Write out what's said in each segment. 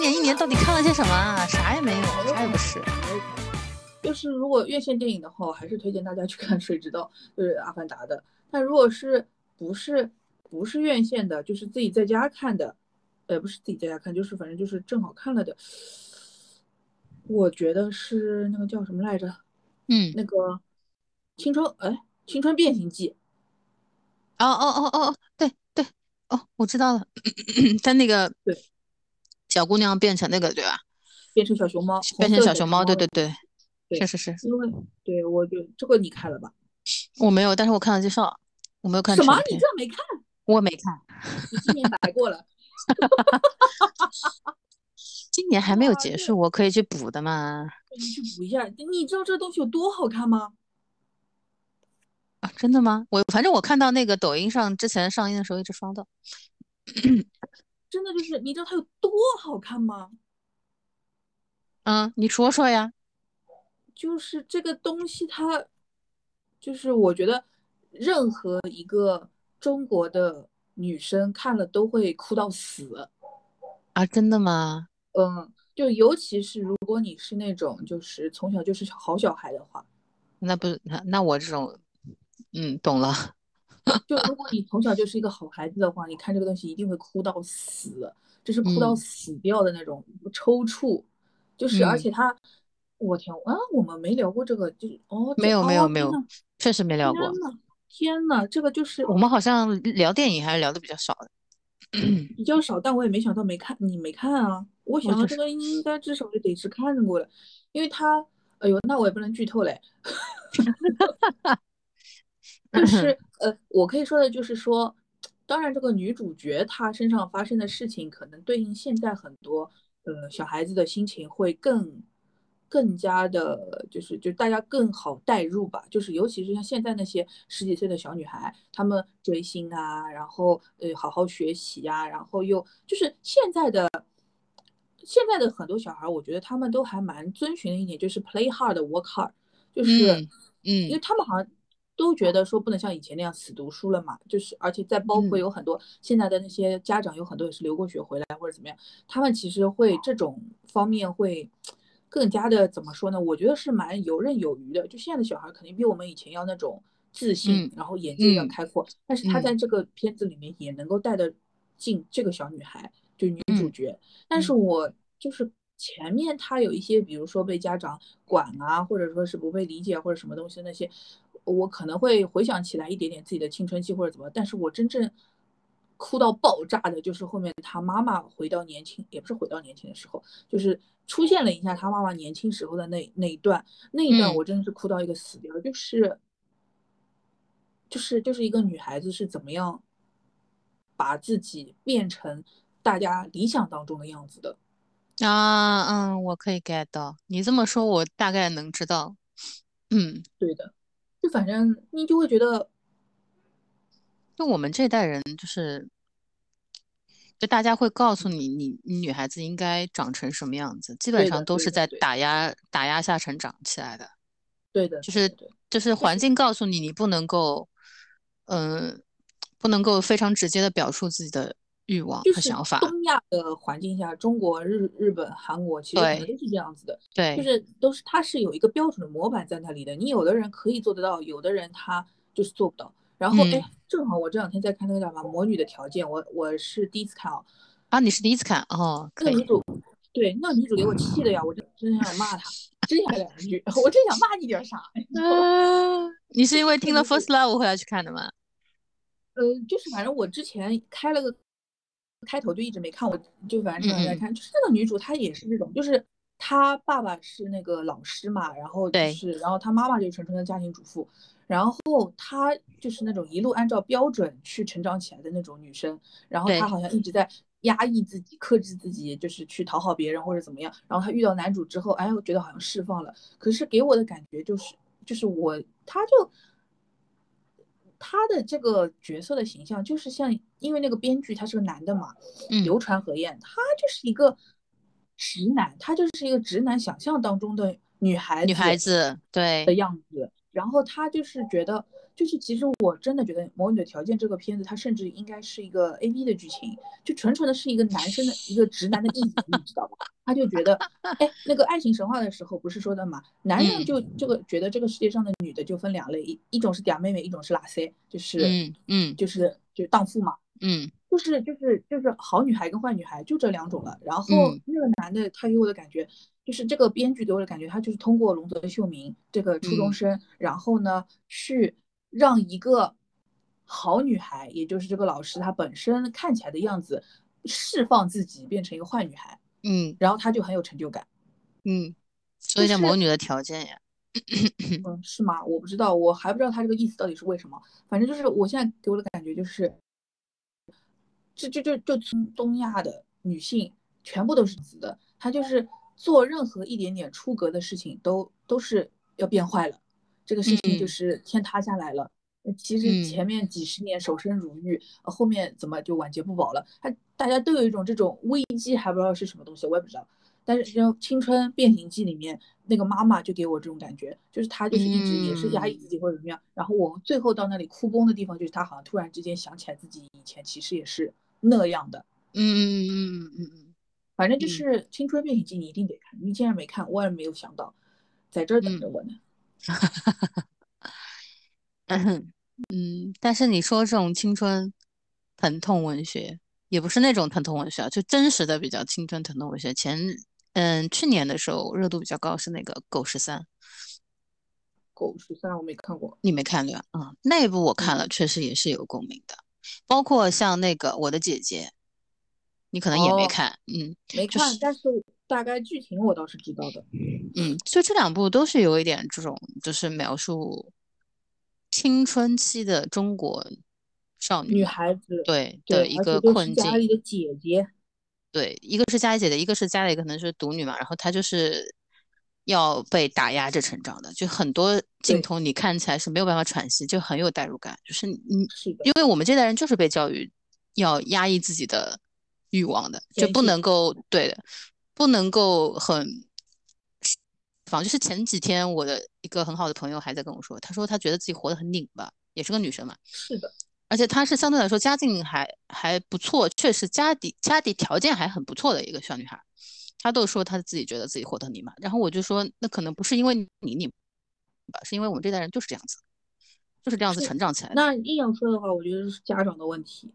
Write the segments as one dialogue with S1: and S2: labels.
S1: 年一年到底看了些什么啊？啥也没有，啥也不是。
S2: 就是如果院线电影的话，我还是推荐大家去看《谁知道》，就是《阿凡达》的。但如果是不是不是院线的，就是自己在家看的，呃，不是自己在家看，就是反正就是正好看了的，我觉得是那个叫什么来着？
S1: 嗯，
S2: 那个《青春》哎，《青春变形记》。
S1: 哦哦哦哦哦，对对，哦，我知道了， 他那个
S2: 对
S1: 小姑娘变成那个对吧？
S2: 变成小熊猫，
S1: 变成
S2: 红色
S1: 小熊猫，哦对对
S2: 的
S1: 对，
S2: 对
S1: 是是是，
S2: 因为对我就这个你看了吧？
S1: 我没有，但是我看了介绍，我没有看
S2: 什
S1: 成
S2: 么？你
S1: 片，
S2: 这没看？
S1: 我没看，
S2: 你今年白过了。
S1: 今年还没有
S2: 哇
S1: 结
S2: 这
S1: 束，我可以去补的嘛。
S2: 你去补一下，你知道这东西有多好看吗？
S1: 啊，真的吗？我反正我看到那个抖音上之前上映的时候一直刷到，
S2: 真的就是你知道它有多好看吗？
S1: 嗯，你说说呀。
S2: 就是这个东西它，就是我觉得任何一个中国的女生看了都会哭到死。
S1: 啊，真的吗？
S2: 嗯，就尤其是如果你是那种就是从小就是好小孩的话，
S1: 那不那那我这种，嗯，懂了。
S2: 就如果你从小就是一个好孩子的话，你看这个东西一定会哭到死，就是哭到
S1: 嗯
S2: 死掉的那种抽搐，就是而
S1: 嗯
S2: 且他，我天啊，我们没聊过这个，就是哦，
S1: 没
S2: 这
S1: 有没有
S2: 哦
S1: 没
S2: 天
S1: 有
S2: 呐，
S1: 确实没聊过。
S2: 天呐，天呐，这个就是
S1: 我们好像聊电影还是聊的比较少的。
S2: 比较少，但我也没想到没看，你没看啊？我想到
S1: 就
S2: 这
S1: 是
S2: 个应该至少是得是看过了，因为他，哎呦，那我也不能剧透嘞，就是呃，我可以说的就是说，当然这个女主角她身上发生的事情，可能对应现在很多呃小孩子的心情会更更加的，就是就大家更好代入吧。就是尤其是像现在那些十几岁的小女孩，她们追星啊，然后呃好好学习啊，然后又就是现在的。现在的很多小孩，我觉得他们都还蛮遵循的一点，就是 play hard, work hard，就是
S1: 嗯
S2: 因为
S1: 嗯
S2: 他们好像都觉得说不能像以前那样死读书了嘛，就是而且再包括
S1: 嗯
S2: 有很多现在的那些家长有很多也是留过学回来或者怎么样，他们其实会这种方面会更加的怎么说呢？我觉得是蛮游刃有余的。就现在的小孩肯定比我们以前要那种自信，
S1: 嗯
S2: 然后眼界要
S1: 嗯
S2: 开阔，但是他在
S1: 嗯
S2: 这个片子里面也能够带得进这个小女孩，就女主
S1: 嗯
S2: 角。但是
S1: 嗯
S2: 我就是前面他有一些，比如说被家长管啊，或者说是不被理解或者什么东西那些，我可能会回想起来一点点自己的青春期或者怎么，但是我真正哭到爆炸的就是后面他妈妈回到年轻，也不是回到年轻的时候，就是出现了一下他妈妈年轻时候的那那一段，那一段
S1: 嗯
S2: 我真的是哭到一个死掉，就是就是就是一个女孩子是怎么样把自己变成大家理想当中的样子的。
S1: 啊嗯，我可以 get 到。你这么说，我大概能知道。嗯，
S2: 对的，就反正你就会觉得，
S1: 就我们这代人，就是就大家会告诉你，你你女孩子应该长成什么样子，基本
S2: 对
S1: 上
S2: 的，
S1: 都
S2: 对
S1: 是
S2: 的，
S1: 在
S2: 对的，
S1: 打压打压下成长起来的。
S2: 对的，
S1: 就
S2: 对
S1: 是
S2: 的，对的，
S1: 就是
S2: 就
S1: 环
S2: 是
S1: 境告诉你，你不能够，嗯、不能够非常直接的表述自己的欲望
S2: 就
S1: 和
S2: 是
S1: 想法。
S2: 东亚的环境下，中国、日日本、韩国其实可能
S1: 对
S2: 都是这样子的，就
S1: 对，
S2: 是都是它是有一个标准的模板在那里的。你有的人可以做得到，有的人他就是做不到。然后哎，
S1: 嗯，
S2: 正好我这两天在看那个叫什么《魔女的条件》，我我是第一次看啊，
S1: 啊，你是第一次看哦，
S2: 那
S1: 可
S2: 个女
S1: 以，
S2: 主，对，那个女主给我气的呀，我真真想骂她，真想两句， 我真想骂你点啥，你知道吗？
S1: 啊， 你是因为
S2: 那
S1: 听了
S2: 女
S1: 《First
S2: 主。
S1: Love》回来去看的吗？
S2: 呃，就是反正我之前开了个开头就一直没看，我就反正这两天在
S1: 嗯嗯，
S2: 看，就是那个女主她也是这种，就是她爸爸是那个老师嘛，然后就
S1: 对，
S2: 是然后她妈妈就是纯纯的家庭主妇，然后她就是那种一路按照标准去成长起来的那种女生，然后她
S1: 对，
S2: 好像一直在压抑自己、克制自己，就是去讨好别人或者怎么样，然后她遇到男主之后，哎，我觉得好像释放了，可是给我的感觉就是就是我她就。他的这个角色的形象，就是像，因为那个编剧他是个男的嘛，
S1: 嗯
S2: 流川河彦，他就是一个直男，他就是一个直男想象当中的女孩
S1: 女孩
S2: 子
S1: 子，
S2: 的
S1: 对，
S2: 样子。然后他就是觉得，就是其实我真的觉得《魔女的条件》这个片子，它甚至应该是一个 A V 的剧情，就纯纯的是一个男生的一个直男的意淫，你知道吧？他就觉得，哎，那个爱情神话的时候不是说的嘛，男人就这个觉得这个世界上的女的就分两类，一一种是嗲妹妹，一种是拉塞，就是
S1: 嗯嗯
S2: 就是就是荡妇嘛，
S1: 嗯
S2: 就是就是就是好女孩跟坏女孩就这两种了。然后
S1: 嗯
S2: 那个男的他给我的感觉，就是这个编剧给我的感觉，他就是通过龙泽秀明这个初中生，然后呢去让一个好女孩，也就是这个老师她本身看起来的样子，释放自己变成一个坏女孩，
S1: 嗯
S2: 然后她就很有成就感。
S1: 嗯，所以叫
S2: 就是
S1: 魔女的条件呀。
S2: 嗯，是吗？我不知道，我还不知道他这个意思到底是为什么。反正就是我现在给我的感觉就是，这这这这从东亚的女性全部都是直的，她就是做任何一点点出格的事情都都是要变坏了，这个事情就
S1: 嗯
S2: 是天塌下来了。呃其
S1: 嗯
S2: 实前面几十年守身如玉，呃后面怎么就晚节不保了？他大家都有一种这种危机，还不知道是什么东西，我也不知道。但是像《青春变形记》里面那个妈妈就给我这种感觉，就是她就是一直也是压抑自
S1: 嗯
S2: 己或者怎么样，然后我最后到那里哭崩的地方，就是她好像突然之间想起来自己以前其实也是那样的。
S1: 嗯嗯嗯嗯嗯
S2: 反正就是《青春变形记》，你一定得看，你竟然没看，我也没有想到，在这儿等着我呢。
S1: 嗯嗯，但是你说这种青春疼痛文学，也不是那种疼痛文学啊，就真实的比较青春疼痛文学。前嗯去年的时候热度比较高是那个《狗十三》，
S2: 狗十三我没看过，
S1: 你没看对吧？嗯，那一部我看了，确实也是有共鸣的，包括像那个《我的姐姐》，你可能也没
S2: 哦
S1: 看，嗯
S2: 没
S1: 就
S2: 看
S1: 是，
S2: 但是大概剧情我倒是知道的。
S1: 嗯，就这两部都是有一点这种，就是描述青春期的中国少女
S2: 女
S1: 们
S2: 孩子，
S1: 对
S2: 对，
S1: 的一
S2: 而且
S1: 个
S2: 都是
S1: 困
S2: 家
S1: 境。
S2: 里的姐姐，
S1: 对，一个是家里姐姐，一个是家里可能是独女嘛，然后她就是要被打压着成长的，就很多镜
S2: 对，
S1: 头你看起来是没有办法喘息，就很有代入感，就是你，
S2: 是的，
S1: 因为我们这代人就是被教育要压抑自己的欲望的，就
S2: 天
S1: 不能
S2: 性，
S1: 够对的，不能够很。反正就是前几天我的一个很好的朋友还在跟我说，她说她觉得自己活得很拧巴，也是个女生嘛，
S2: 是的，
S1: 而且她是相对来说家境还还不错，确实家底家底条件还很不错的一个小女孩，她都说她自己觉得自己活得很拧巴。然后我就说，那可能不是因为你拧巴，是因为我们这代人就是这样子，就是这样子
S2: 是。
S1: 成长起来的。
S2: 那硬要说的话，我觉得是家长的问题，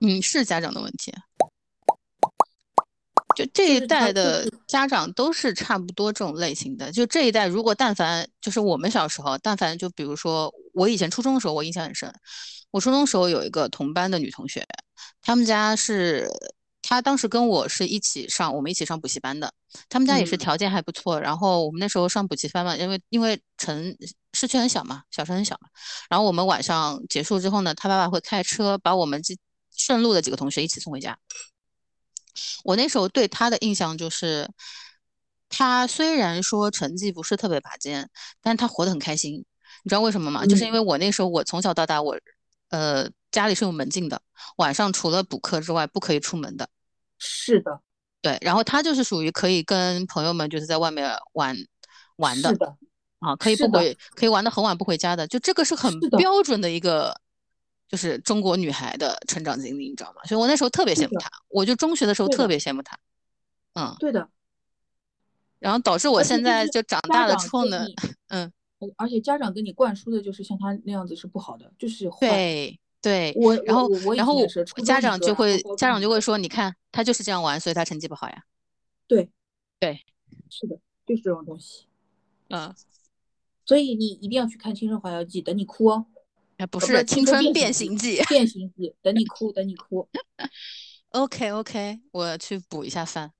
S1: 嗯，是家长的问题，就这
S2: 就
S1: 一
S2: 是他
S1: 代
S2: 就
S1: 的
S2: 是
S1: 家长都是差不多这种类型的。就这一代，如果但凡就是我们小时候，但凡就比如说我以前初中的时候，我印象很深，我初中时候有一个同班的女同学，他们家是，她当时跟我是一起上，我们一起上补习班的。他们家也是
S2: 嗯
S1: 条件还不错，然后我们那时候上补习班嘛，因为因为城市区很小嘛，小城很小嘛。然后我们晚上结束之后呢，他爸爸会开车把我们这顺路的几个同学一起送回家。我那时候对他的印象就是，他虽然说成绩不是特别拔尖，但是他活得很开心。你知道为什么吗？就是因为
S2: 嗯，
S1: 我那时候我从小到大我，呃，家里是有门禁的，晚上除了补课之外不可以出门的。
S2: 是的，
S1: 对，然后他就是属于可以跟朋友们就是在外面玩玩
S2: 是
S1: 的
S2: 的，
S1: 啊，可以
S2: 是
S1: 不
S2: 的，
S1: 回，可以玩的很晚不回家的，就这个是很
S2: 是的，
S1: 标准的一个，就是中国女孩的成长经历，你知道吗？所以我那时候特别
S2: 对
S1: 羡慕
S2: 的，
S1: 她，我就中学的时候
S2: 对
S1: 特
S2: 的，
S1: 别羡慕她，嗯，
S2: 对的，
S1: 然后导致我
S2: 而且
S1: 现
S2: 就
S1: 在
S2: 是
S1: 就长
S2: 家
S1: 大了之
S2: 长
S1: 后
S2: 对
S1: 呢，
S2: 你，
S1: 嗯，
S2: 呃而且家长给你灌输的就是像他那样子是不好的，就是坏的。
S1: 对对，
S2: 我
S1: 然
S2: 我
S1: 后
S2: 我我以
S1: 然后
S2: 前也
S1: 我
S2: 是，初
S1: 家
S2: 中一
S1: 长就
S2: 个，然后
S1: 会
S2: 高
S1: 家
S2: 中
S1: 长
S2: 一
S1: 就会
S2: 个，
S1: 说，你看她就是这样玩，所以她成绩不好呀，
S2: 对，
S1: 对，
S2: 是的，就是这种东西。
S1: 嗯，
S2: 所以你一定要去看《青春环游记》，等你哭哦。
S1: 哎，不
S2: 呃，不
S1: 是
S2: 是
S1: 《青
S2: 《青春
S1: 春
S2: 变
S1: 变
S2: 形
S1: 形
S2: 记》，
S1: 记》
S2: 变形记，等你哭，等你哭。
S1: ，OK OK，我去补一下番。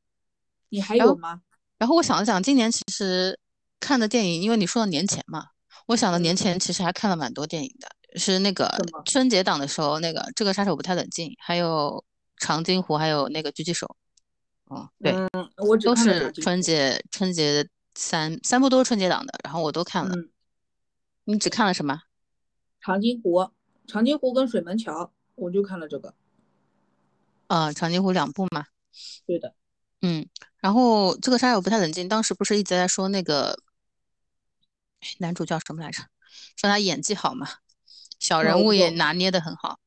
S2: 你还
S1: 然
S2: 有
S1: 后，
S2: 吗？
S1: 然后我想了想，今年其实看的电影，因为你说到年前嘛，我想到年
S2: 嗯，
S1: 前其实还看了蛮多电影的，是那个
S2: 什么？
S1: 春节档的时候，那个《这个杀手不太冷静》，还有《长津湖》，还有那个《狙击手》。嗯，对，
S2: 嗯，我只
S1: 都
S2: 看了
S1: 是
S2: 长津
S1: 春
S2: 湖。
S1: 节春节三三部都是春节档的，然后我都看了。
S2: 嗯，
S1: 你只看了什么？
S2: 长津湖，长津湖跟水门桥，我就看了这个。
S1: 呃，《长津湖》两部嘛。
S2: 对的，
S1: 嗯，然后这个杀手不太冷静，当时不是一直在说那个男主叫什么来着？说他演技好嘛。小人物也拿捏的很好。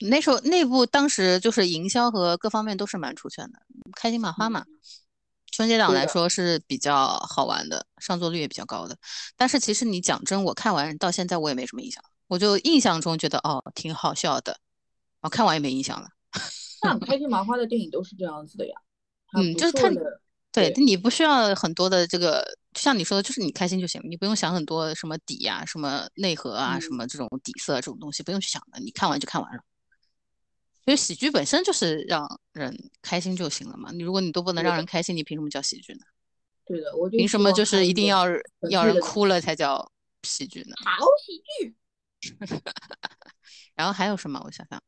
S1: 那时候那部当时就是营销和各方面都是蛮出圈的，开心麻花嘛，春节档来说是比较好玩的，上座率也比较高的。但是其实你讲真，我看完到现在我也没什么印象，我就印象中觉得哦挺好笑的，我、哦、看完也没印象了。
S2: 那开心麻花的电影都是这样子的呀，
S1: 嗯，就是
S2: 他
S1: 对你不需要很多的这个，就像你说的，就是你开心就行，你不用想很多什么底呀、啊、什么内核啊、
S2: 嗯
S1: 什么这种底色这种东西，不用去想的，你看完就看完了。因为喜剧本身就是让人开心就行了嘛，你如果你都不能让人开心，你凭什么叫喜剧呢？
S2: 对的，我就
S1: 凭什么就是一定要
S2: 本
S1: 要
S2: 剧
S1: 人
S2: 的
S1: 哭了才叫喜剧呢？
S2: 好喜剧，
S1: 然后还有什么？我想想，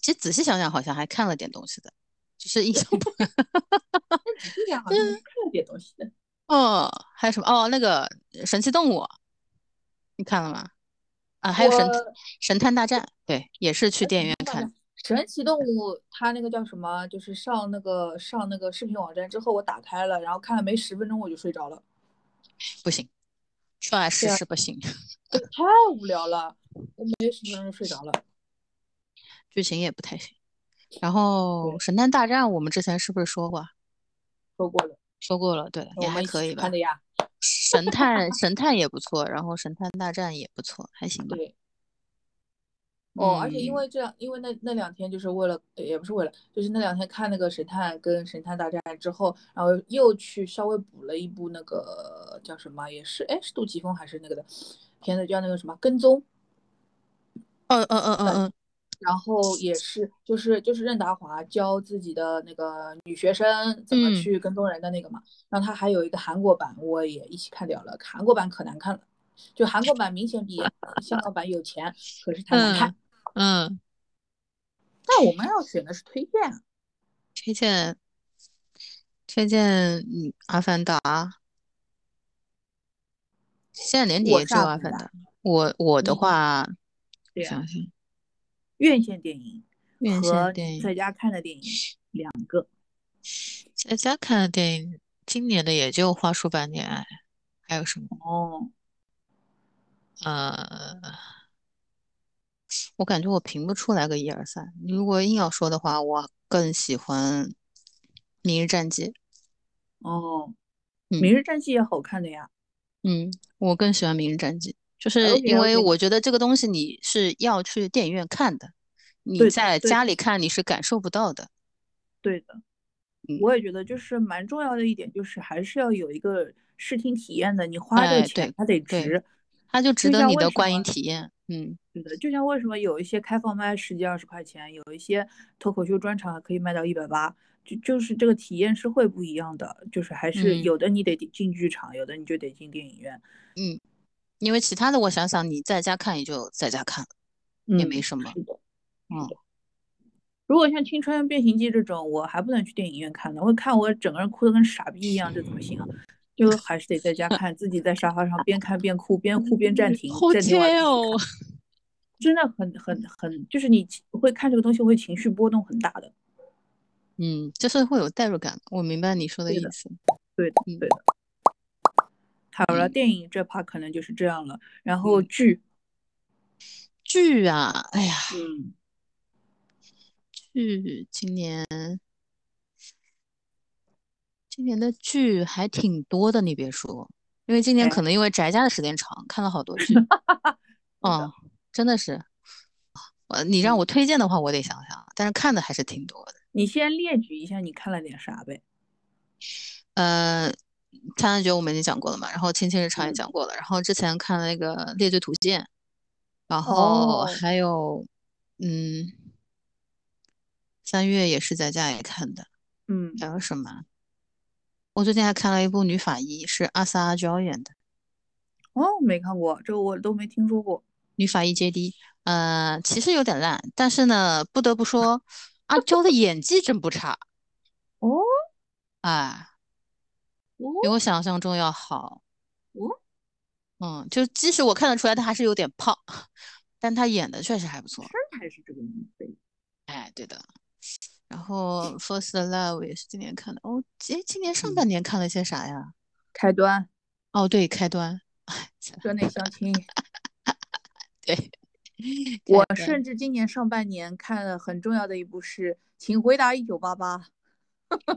S1: 其实仔细想想，好像还看了点东西的，只是印象不。
S2: 但只是讲好像看了点东 西的。
S1: 哦，还有什么？哦，那个呃神奇动物，你看了吗？啊，还有神
S2: 我
S1: 神探大战，对，也是去电影院
S2: 大
S1: 看
S2: 战。神奇动物，它那个叫什么？就是上那个上那个视频网站之后，我打开了，然后看了没十分钟我就睡着了，
S1: 不行，确实
S2: 对啊
S1: 是不行，
S2: 这太无聊了，我没十分钟就睡着了。
S1: 剧情也不太行。然后神探大战，我们之前是不是说过啊？
S2: 说过了，
S1: 说过了，对的，
S2: 我
S1: 也还
S2: 们一
S1: 可
S2: 起
S1: 以
S2: 去
S1: 吧
S2: 看的。呀。
S1: 神探神探也不错，然后神探大战也不错，还行吧。
S2: 对，哦，而且因
S1: 嗯
S2: 为这样，因为那那两天就是为了，呃也不是为了，就是那两天看那个《神探》跟《神探大战》之后，然后又去稍微补了一部那个叫什么，也是，哎，是杜琪峰还是那个的片子，叫那个什么《跟踪》，
S1: 嗯嗯嗯嗯嗯，
S2: 然后也是就是就是任达华教自己的那个女学生怎么
S1: 嗯
S2: 去跟踪人的那个嘛，然后他还有一个韩国版，我也一起看掉了，韩国版可难看了，就韩国版明显比香港版有钱，可是它难看。
S1: 嗯嗯，
S2: 但我们要选的是推荐啊。
S1: 推荐推荐嗯《阿凡达》，现在年底
S2: 我
S1: 也
S2: 是
S1: 只有《
S2: 阿
S1: 阿
S2: 凡
S1: 凡
S2: 达
S1: 达》。我我的
S2: 你
S1: 话，
S2: 嗯对啊
S1: 想想
S2: 院线电影
S1: 院线
S2: 和
S1: 电影，
S2: 在家看的电影两个。
S1: 在家看的电影，今年的也就《花束般恋爱》，啊还有什么？
S2: 哦，
S1: 呃，我感觉我评不出来个一二三。如果硬要说的话，我更喜欢《明日战记》。
S2: 哦，
S1: 嗯
S2: 《明日战记》也好看的呀。
S1: 嗯，我更喜欢《明日战记》，就是因为
S2: OK，OK，
S1: 我觉得这个东西你是要去电影院看的，你
S2: 对的
S1: 在
S2: 对
S1: 家
S2: 的
S1: 里看你是感受不到的。
S2: 对的，
S1: 嗯
S2: 我也觉得就是蛮重要的一点，就是还是要有一个视听体验的。你花这个
S1: 哎，
S2: 钱，
S1: 对
S2: 它得
S1: 对，
S2: 值。
S1: 它就值
S2: 就
S1: 得
S2: 像
S1: 你
S2: 为
S1: 的
S2: 什
S1: 观影
S2: 么，
S1: 体验。嗯，
S2: 对的，就像为什么有一些开放麦十几二十块钱，有一些脱口秀专场可以卖到一百八，就就是这个体验是会不一样的。就是还是
S1: 嗯
S2: 有的你得进剧场，有的你就得进电影院。
S1: 嗯，因为其他的我想想，你在家看也就在家看了，也没
S2: 嗯，
S1: 什么。
S2: 是的。
S1: 嗯，
S2: 如果像《青春变形记》这种，我还不能去电影院看呢，我看我整个人哭得跟傻逼一样，这怎么行啊？就还是得在家看，自己在沙发上边看边哭，边哭边暂停，
S1: 好
S2: 暂停完
S1: 贱
S2: 继续
S1: 哦！
S2: 看，真的很很很，就是你情会看这个东西会情绪波动很大的。
S1: 嗯，就是会有代入感。我明白你说的
S2: 对
S1: 意
S2: 的，
S1: 思。
S2: 对的，
S1: 嗯
S2: 对的。好了，
S1: 嗯
S2: 电影这 part 可能就是这样了，然后
S1: 嗯，
S2: 剧，
S1: 剧啊，哎呀，
S2: 嗯，
S1: 剧今年今年的剧还挺多的，你别说，因为今年
S2: 哎，
S1: 可能因为宅家的时间长，看了好 多剧。
S2: 是的，
S1: 哦，真的是，呃，你让
S2: 嗯，
S1: 我推荐的话，我得想想，但是看的还是挺多的。
S2: 你先列举一下你看了点啥呗。
S1: 呃，《贪婪觉》我们已经讲过了嘛，然后《青青日常》也
S2: 嗯，
S1: 讲过了，然后之前看了那个《猎罪图鉴》，然后
S2: 哦，
S1: 还有，嗯，三月也是在家里看的，
S2: 嗯，
S1: 还有什么？我最近还看了一部女法医，是阿 sa 阿 jo 演的
S2: 哦，没看过，这个我都没听说过。
S1: 《女法医 JD》，呃，其实有点烂，但是呢，不得不说，阿 jo 的演技真不差，
S2: 哦，
S1: 哎，
S2: 哦
S1: 比我想象中要好。
S2: 哦，
S1: 嗯，就即使我看得出来她还是有点胖，但她演的确实还不错。
S2: 身材是这个样子。
S1: 哎，对的。然后《First Love》也是今年看的。哦，今今年上
S2: 嗯，
S1: 半年看了些啥呀？
S2: 开端，
S1: 哦，对，开端。哎，
S2: 社内相亲，
S1: 对，
S2: 我甚至今年上半年看了很重要的一部是《请回答一九八八》，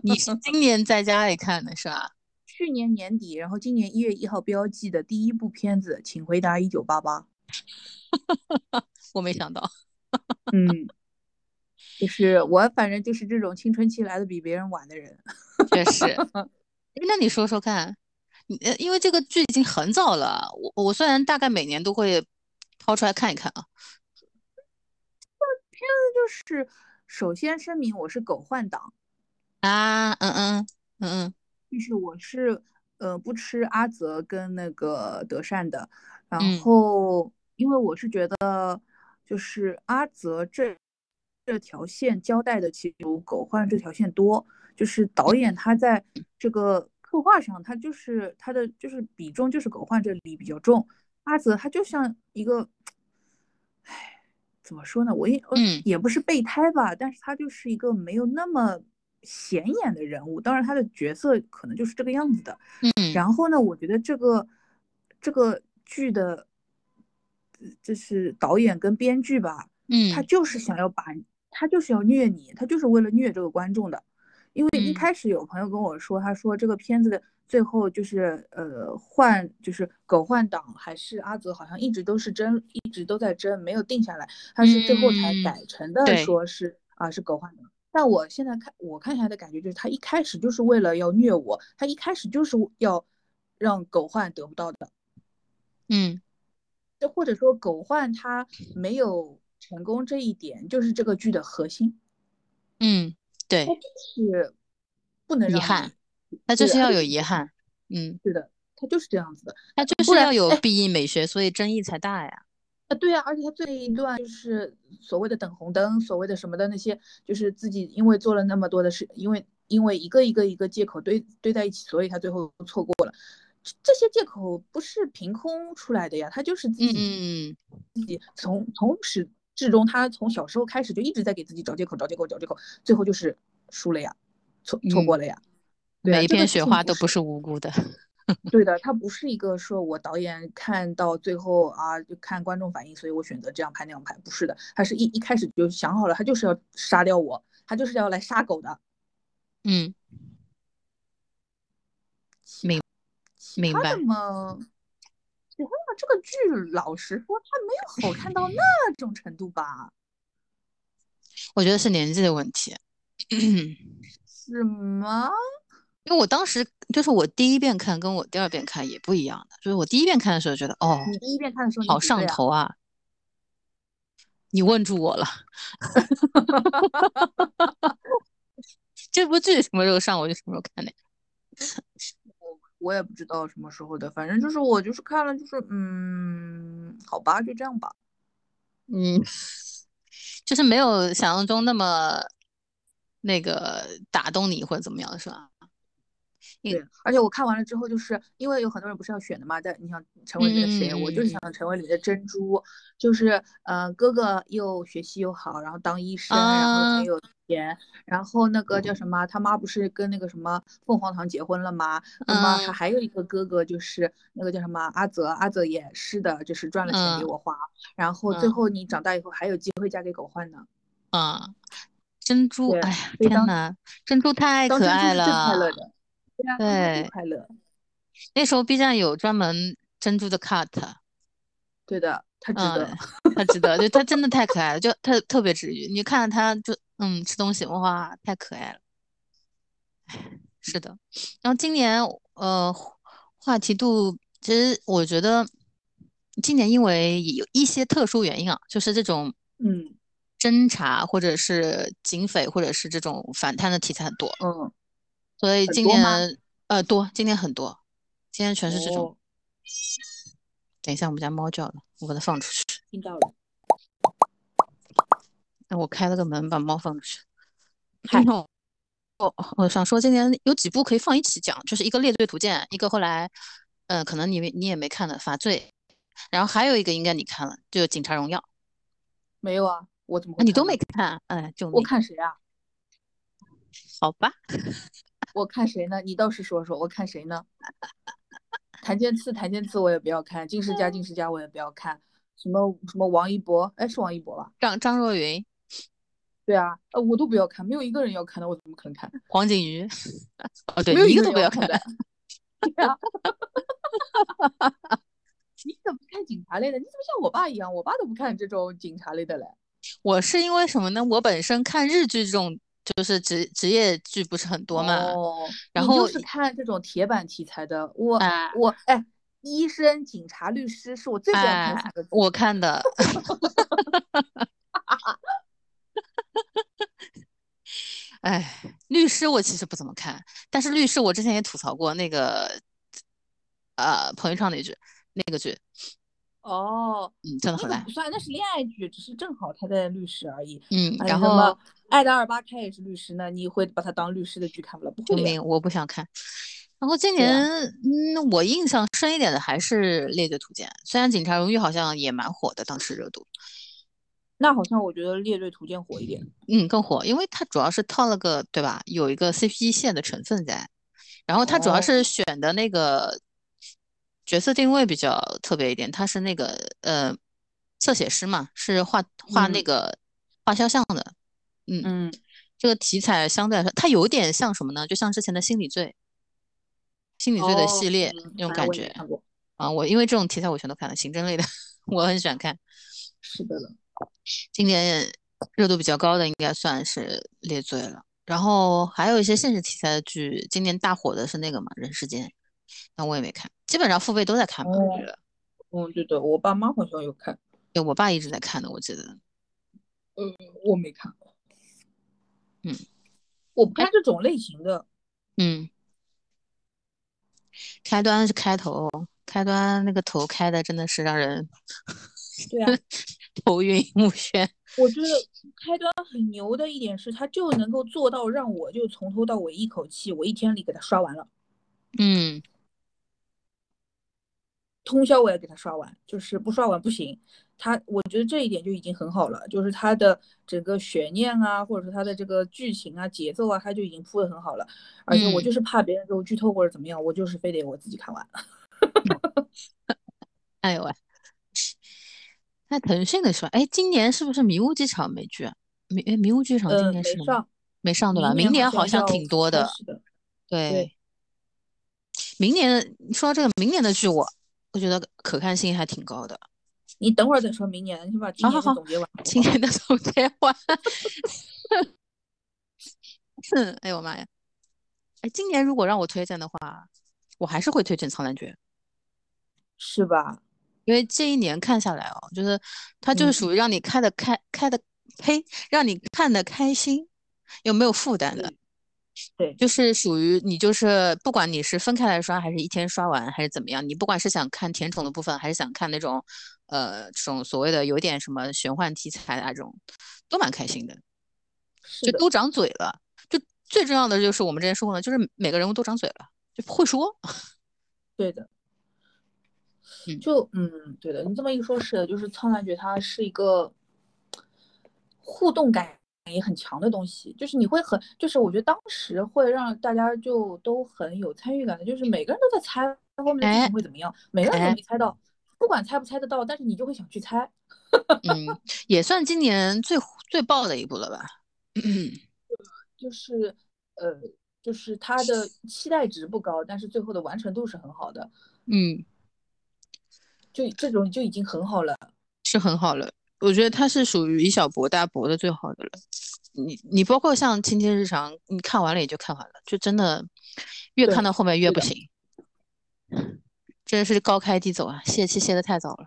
S1: 你是今年在家里看的是吧？
S2: 去年年底，然后今年一月一号标记的第一部片子《请回答一九八八》，
S1: 我没想到，
S2: 嗯，就是我反正就是这种青春期来的比别人晚的人，
S1: 确实。哎那你说说看，你呃，因为这个剧已经很早了，我我虽然大概每年都会掏出来看一看啊。
S2: 片子就是首先声明我是狗患党
S1: 啊，嗯嗯嗯嗯，
S2: 就是我是呃不吃阿泽跟那个德善的，然后因为我是觉得就是阿泽这这条线交代的其实狗患这条线多，就是导演他在这个刻画上他就是他的就是比重就是狗患这里比较重，阿泽他就像一个，唉。怎么说呢？我也
S1: 嗯
S2: 也不是备胎吧，但是他就是一个没有那么显眼的人物。当然，他的角色可能就是这个样子的。
S1: 嗯，
S2: 然后呢，我觉得这个这个剧的，呃就是导演跟编剧吧，
S1: 嗯，
S2: 他就是想要把，他就是要虐你，他就是为了虐这个观众的。因为一
S1: 嗯
S2: 开始有朋友跟我说，他说这个片子的最后就是呃换就是狗换党还是阿泽，好像一直都是争，一直都在争，没有定下来，他是最后才
S1: 嗯
S2: 改成的
S1: 对
S2: 说是、啊是狗换党。但我现在看我看下来的感觉就是，他一开始就是为了要虐我，他一开始就是要让狗焕得不到的，
S1: 嗯
S2: 这或者说狗焕他没有成功这一点，就是这个剧的核心，
S1: 嗯，对
S2: 他，就是不能
S1: 遗
S2: 让
S1: 憾
S2: 你
S1: 他就是
S2: 对
S1: 要
S2: 而
S1: 有
S2: 且
S1: 遗憾，嗯，
S2: 是的，他就是这样子的。
S1: 他就
S2: 不
S1: 是
S2: 然
S1: 要有
S2: 哎
S1: 毕业美学，所以争议才大呀。
S2: 啊，对啊，而且他这一段就是所谓的等红灯，所谓的什么的那些，就是自己因为做了那么多的事，因为因为一个一个一个借口堆堆在一起，所以他最后错过了。这这些借口不是凭空出来的呀，他就是自
S1: 嗯
S2: 己
S1: 嗯
S2: 自己从从始至终，他从小时候开始就一直在给自己找借口，找借口，找借口，最后就是输了呀，错错过了呀。对
S1: 嗯
S2: 啊
S1: 每一
S2: 这个
S1: 片
S2: 事
S1: 雪
S2: 情
S1: 花
S2: 不
S1: 都
S2: 是
S1: 不是无辜的。
S2: 对的，它不是一个说我导演看到最后啊，就看观众反应，所以我选择这样拍那样拍，不是的，他是一一开始就想好了，他就是要杀掉我，他就是要来杀狗的。
S1: 嗯，明
S2: 其
S1: 明
S2: 他
S1: 白
S2: 的。嘛，其他的这个剧，老实说，它没有好看到那种程度吧？
S1: 我觉得是年纪的问题，
S2: 是吗？
S1: 因为我当时就是我第一遍看跟我第二遍看也不一样的，就是我第一遍看的时候觉得哦，
S2: 你第一遍看的时候，
S1: 好
S2: 你几
S1: 上
S2: 岁啊？
S1: 头啊，你问住我了， 这部剧什么时候上我就什么时候看的。
S2: 我也不知道什么时候的，反正就是我就是看了，就是嗯，好吧，就这样吧。
S1: 嗯，就是没有想象中那么那个打动你或者怎么样，是吧？
S2: 对，而且我看完了之后，就是因为有很多人不是要选的嘛，但你想成为里面的谁？我就是
S1: 嗯
S2: 想成为里面的珍珠，就是呃，哥哥又学习又好，然后当医生，然后又
S1: 啊嗯
S2: 很有钱，然后那个叫什么，他妈不是跟那个什么凤凰堂结婚了吗？那么
S1: 嗯
S2: 他还有一个哥哥，就是那个叫什么阿泽，阿泽也是的，就是赚了钱给
S1: 嗯
S2: 我花，然后最后你长大以后还有机会嫁给狗焕呢。
S1: 啊！珍珠，
S2: 对，
S1: 哎呀，
S2: 所以
S1: 天
S2: 当
S1: 呐，珍珠太
S2: 当
S1: 可
S2: 珍珠
S1: 爱
S2: 是最快乐
S1: 了。
S2: 的，对啊，当珍珠
S1: 对，
S2: 快乐。
S1: 那时候 B 站有专门珍珠的 cut，
S2: 对的，他值得。
S1: 嗯，他值得，就他真的太可爱了，就他特别治愈。你看着他就嗯吃东西，哇，太可爱了。是的，然后今年呃话题度，其实我觉得今年因为有一些特殊原因啊，就是这种
S2: 嗯
S1: 侦查或者是警匪或者是这种反贪的题材很多，
S2: 嗯，
S1: 所以
S2: 很
S1: 今
S2: 多吗？
S1: 年呃多，今年很多，今年嗯全是这种。
S2: 哦，
S1: 等一下，我们家猫叫了，我把它放出去。
S2: 听到了。
S1: 那我开了个门，把猫放出去。
S2: 嗨，
S1: 我哦我想说，今年有几部可以放一起讲，就是一个《列队图鉴》，一个后来，呃，可能你你也没看的《法罪》，然后还有一个应该你看了，就《警察荣耀》，
S2: 没有啊，我怎么
S1: 啊，
S2: 会
S1: 你都
S2: 看呢？
S1: 没看，哎，救
S2: 我
S1: 命！
S2: 看谁啊？
S1: 好吧，
S2: 我看谁呢？你倒是说说，我看谁呢？檀健次，檀健次我也不要看，金世佳，金世佳我也不要看。什么什么王一博，哎，是王一博吧？
S1: 张张若昀、
S2: 对啊，呃，我都不要看，没有一个人要看的，我怎么可能看？
S1: 黄景瑜， 哦，对，
S2: 没有
S1: 你一个
S2: 个
S1: 都
S2: 人
S1: 不 看。
S2: 要的。对啊， 你怎么不看警察类的？你怎么像我爸一样？我爸都不看这种警察类的嘞。
S1: 我是因为什么呢？我本身看日剧这种就是职职业剧不是很多嘛，
S2: 哦，
S1: 然
S2: 你
S1: 后
S2: 就是看这种铁板题材的。我、
S1: 哎
S2: 我哎，医生、警察、律师是我最不要看
S1: 哎
S2: 的四个字。
S1: 我看的，哎，律师我其实不怎么看，但是律师我之前也吐槽过那个，呃，彭昱畅那剧，那个剧，
S2: 哦，
S1: 嗯，真的
S2: 那
S1: 很
S2: 个
S1: 烂
S2: 不，算，那是恋爱剧，只是正好他在律师而已。
S1: 嗯，
S2: 哎
S1: 然
S2: 什么
S1: 后
S2: 爱的二八开也是律师呢，你会把他当律师的剧看不了？不
S1: 救
S2: 会的呀。
S1: 命，嗯我不想看。然后今
S2: 对
S1: 年，
S2: 啊
S1: 嗯，我印象深一点的还是《猎罪图鉴》，虽然《警察荣誉》好像也蛮火的，当时热度，
S2: 那好像我觉得《猎罪图鉴》火一点。
S1: 嗯，更火，因为它主要是套了个，对吧？有一个 CP 线的成分在，然后它主要
S2: 哦
S1: 是选的那个角色定位比较特别一点，它是那个呃侧写师嘛，是画画那
S2: 嗯
S1: 个画肖像的，嗯，
S2: 嗯，
S1: 这个题材相对来说，它有点像什么呢？就像之前的心理罪、心理罪的
S2: 哦，
S1: 系列
S2: 明
S1: 那种
S2: 白，
S1: 感
S2: 我也没
S1: 觉
S2: 看过。
S1: 啊。我因为这种题材我全都看了，刑侦类的 我很喜欢看。
S2: 是的了。
S1: 今年热度比较高的应该算是《猎罪》了，然后还有一些现实题材的剧，今年大火的是那个嘛《人世间》，那我也没看，基本上父辈都在看吧，我
S2: 哦，
S1: 觉得，
S2: 嗯，对的，我爸妈好像有看，
S1: 对，我爸一直在看的，我记得，
S2: 我没看，
S1: 嗯，
S2: 我不
S1: 哎，
S2: 看这种类型的。
S1: 嗯，开端是开头，开端那个头开的真的是让人
S2: 对啊，
S1: 头晕目眩，
S2: 我觉得开端很牛的一点是，他就能够做到让我就从头到尾一口气，我一天里给他刷完了，
S1: 嗯，
S2: 通宵我也给他刷完，就是不刷完不行。他，我觉得这一点就已经很好了，就是他的整个悬念啊，或者说他的这个剧情啊、节奏啊，他就已经铺的很好了。而且我
S1: 嗯
S2: 就是怕别人给我剧透或者怎么样，我就是非得我自己看完。
S1: 嗯，哎呦喂，那腾讯的是吧？哎，今年是不是迷雾剧场没剧啊？迷哎迷雾剧场今
S2: 呃，
S1: 年
S2: 没
S1: 是吗？
S2: 上，
S1: 没上对吧？
S2: 明
S1: 明
S2: 年好
S1: 年好
S2: 像
S1: 像
S2: 要
S1: 挺多
S2: 开
S1: 的，
S2: 始的，对。
S1: 对，明年说到这个明年的剧我，我觉得可看性还挺高的。
S2: 你等会儿再说明年，你先把今
S1: 好好
S2: 年
S1: 好，
S2: 的总结完好
S1: 今
S2: 不好？
S1: 天的总结完，哼 哎呦我妈呀！哎，今年如果让我推荐的话，我还是会推荐《苍兰诀》，
S2: 是吧？
S1: 因为这一年看下来哦，就是它就是
S2: 嗯
S1: 属于让你看的开开的呸，让你看的开心，又没有负担的，
S2: 嗯，对，
S1: 就是属于你就是不管你是分开来刷，还是一天刷完，还是怎么样，你不管是想看甜宠的部分，还是想看那种呃这种所谓的有点什么玄幻题材啊这种，都蛮开心的，
S2: 是
S1: 就
S2: 的，
S1: 都长嘴了。就最重要的就是我们之前说过的，就是每个人物都长嘴了，就会说，
S2: 对的，
S1: 嗯
S2: 就嗯，对的，你这么一说，是的，就是苍兰诀，它是一个互动感也很强的东西，就是你会很，就是我觉得当时会让大家就都很有参与感的，就是每个人都在猜后面的剧
S1: 哎
S2: 情会怎么样，每个人都
S1: 哎，
S2: 没猜到，不管猜不猜得到，但是你就会想去猜。
S1: 嗯，也算今年最火最爆的一部了吧？
S2: 就是呃，就是它的期待值不高，但是最后的完成度是很好的，
S1: 嗯，
S2: 就这种就已经很好了。
S1: 是很好了，我觉得它是属于以小博大博的最好的了。你你包括像《亲亲日常》，你看完了也就看完了，就真的越看
S2: 对，
S1: 到后面越不
S2: 对的，
S1: 行，真是高开低走啊，泄气泄的太早了。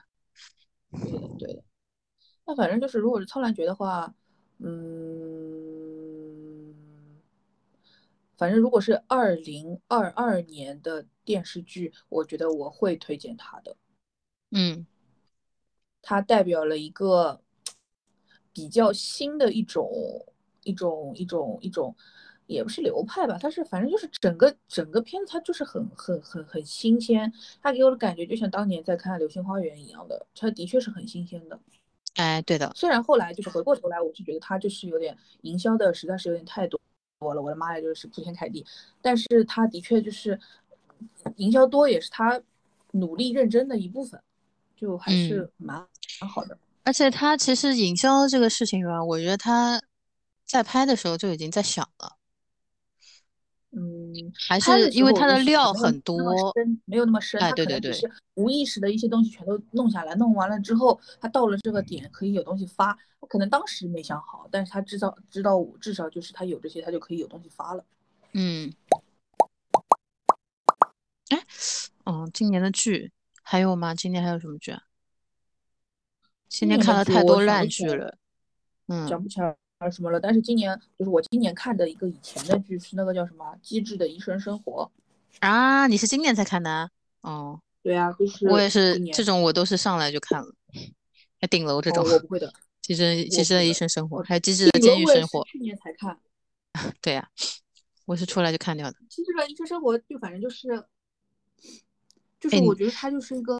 S2: 对的，对的。那反正就是，如果是苍兰诀的话，嗯，反正如果是二零二二年的电视剧，我觉得我会推荐它的。
S1: 嗯
S2: 它代表了一个比较新的一种一种一种一种，也不是流派吧，它是反正就是整个整个片子它就是很很很很新鲜，它给我的感觉就像当年在看《流星花园》一样的，它的确是很新鲜的。
S1: 哎，对的，
S2: 虽然后来就是回过头来，我是觉得它就是有点营销的实在是有点太多了，我的妈呀，就是铺天盖地。但是它的确就是营销多也是他努力认真的一部分。就还是蛮、嗯、蛮好的。
S1: 而且他其实营销这个事情吧，我觉得他在拍的时候就已经在想了。
S2: 嗯，
S1: 还是因为他的料很多，
S2: 没有那么深。
S1: 哎，对对对，
S2: 是无意识的一些东西全都弄下来，弄完了之后，他到了这个点可以有东西发。可能当时没想好，但是他知道，知道至少就是他有这些，他就可以有东西发了。
S1: 嗯，哎，嗯，今年的剧还有吗？今年还有什么剧啊？今
S2: 年
S1: 看了太多烂剧了，嗯，
S2: 想不起来。还是什么了？但是今年就是我今年看的一个以前的剧，是那个叫什么《机智的医生生活》
S1: 啊？你是今年才看的、啊？哦，
S2: 对啊，就是
S1: 我也是这种，我都是上来就看了。还顶楼这种、
S2: 哦，我不会的。
S1: 机智机智的医生生活，还有机
S2: 智
S1: 的监狱生活。
S2: 去年才看。
S1: 对呀、啊，我是出来就看掉的。
S2: 机智的医生生活就反正就是，
S1: 哎
S2: 就是我觉得它就是一个，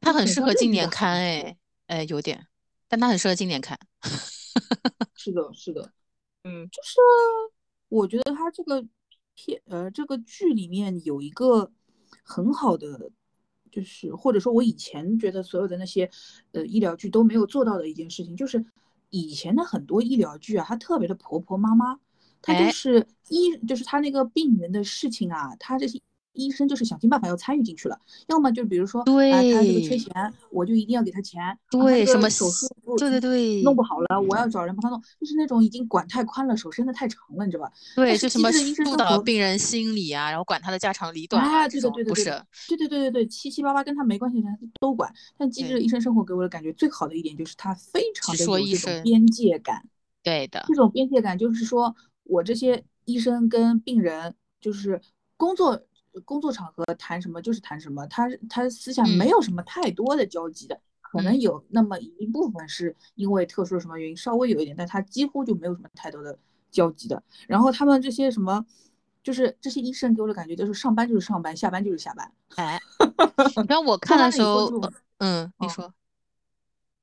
S1: 它很适合今年看哎哎有点，但它很适合今年看。
S2: 是的，是的，
S1: 嗯，
S2: 就是我觉得他这个片呃这个剧里面有一个很好的，就是或者说我以前觉得所有的那些呃医疗剧都没有做到的一件事情，就是以前的很多医疗剧啊，它特别的婆婆妈妈，它就是医、哎、就是他那个病人的事情啊，他这些。医生就是想尽办法要参与进去了，要么就比如说，
S1: 对、
S2: 啊，他这个缺钱，我就一定要给他钱。啊
S1: 对，什么
S2: 手术？
S1: 对对对，
S2: 弄不好了，我要找人帮他弄，就是那种已经管太宽了，手伸的太长了，你知道吧？
S1: 对，
S2: 是
S1: 就什么
S2: 辅
S1: 导病人心理啊，然后管他的家长里短
S2: 啊，对对对对，
S1: 不是，
S2: 对对对对对，七七八八跟他没关系的都管。但机智的医生生活给我的感觉最好的一点就是他非常的有这种边界感。
S1: 对的，
S2: 这种边界感就是说我这些医生跟病人就是工作。工作场合谈什么就是谈什么，他他私下没有什么太多的交集的，
S1: 嗯、
S2: 可能有那么一部分是因为特殊什么原因稍微有一点，但他几乎就没有什么太多的交集的。然后他们这些什么，就是这些医生给我的感觉就是上班就是上班，下班就是下班。
S1: 哎，
S2: 嗯
S1: 你看我看的时候，嗯，你说。
S2: 哦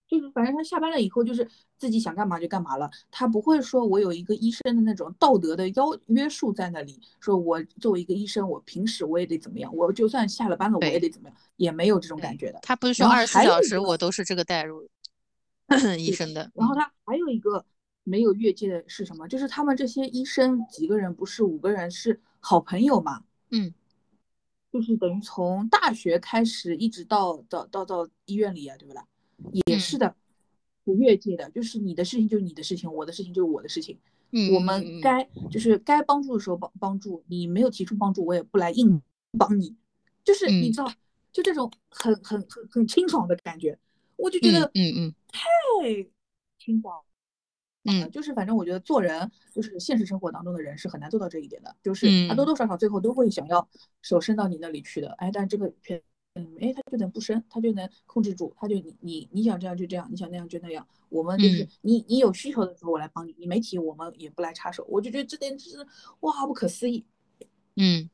S2: 就是反正他下班了以后，就是自己想干嘛就干嘛了，他不会说我有一个医生的那种道德的要约束在那里，说我作为一个医生，我平时我也得怎么样，我就算下了班了我也得怎么样，也没有这种感觉的。
S1: 他不是说二十四小时我都是这个代入医生的。
S2: 然后他还有一个没有越界的是什么？就是他们这些医生几个人不是五个人是好朋友嘛？
S1: 嗯。
S2: 就是等于从大学开始一直到到到到医院里啊，对不对？
S1: 嗯
S2: 也是的，不越界的，就是你的事情就是你的事情，我的事情就是我的事情。
S1: 嗯、
S2: 我们该就是该帮助的时候帮帮助，你没有提出帮助，我也不来硬帮你。就是你知道，
S1: 嗯、
S2: 就这种很很很很清爽的感觉，我就觉得
S1: 嗯嗯
S2: 太清爽了。
S1: 嗯，
S2: 呃就是反正我觉得做人，就是现实生活当中的人是很难做到这一点的，就是他
S1: 嗯
S2: 多多少少最后都会想要手伸到你那里去的。哎，但这个片。嗯，哎，他就能不生，他就能控制住，他就你你你想这样就这样，你想那样就那样。我们就是、
S1: 嗯、
S2: 你你有需求的时候我来帮你，你没提我们也不来插手。我就觉得这点真是哇不可思议。
S1: 嗯，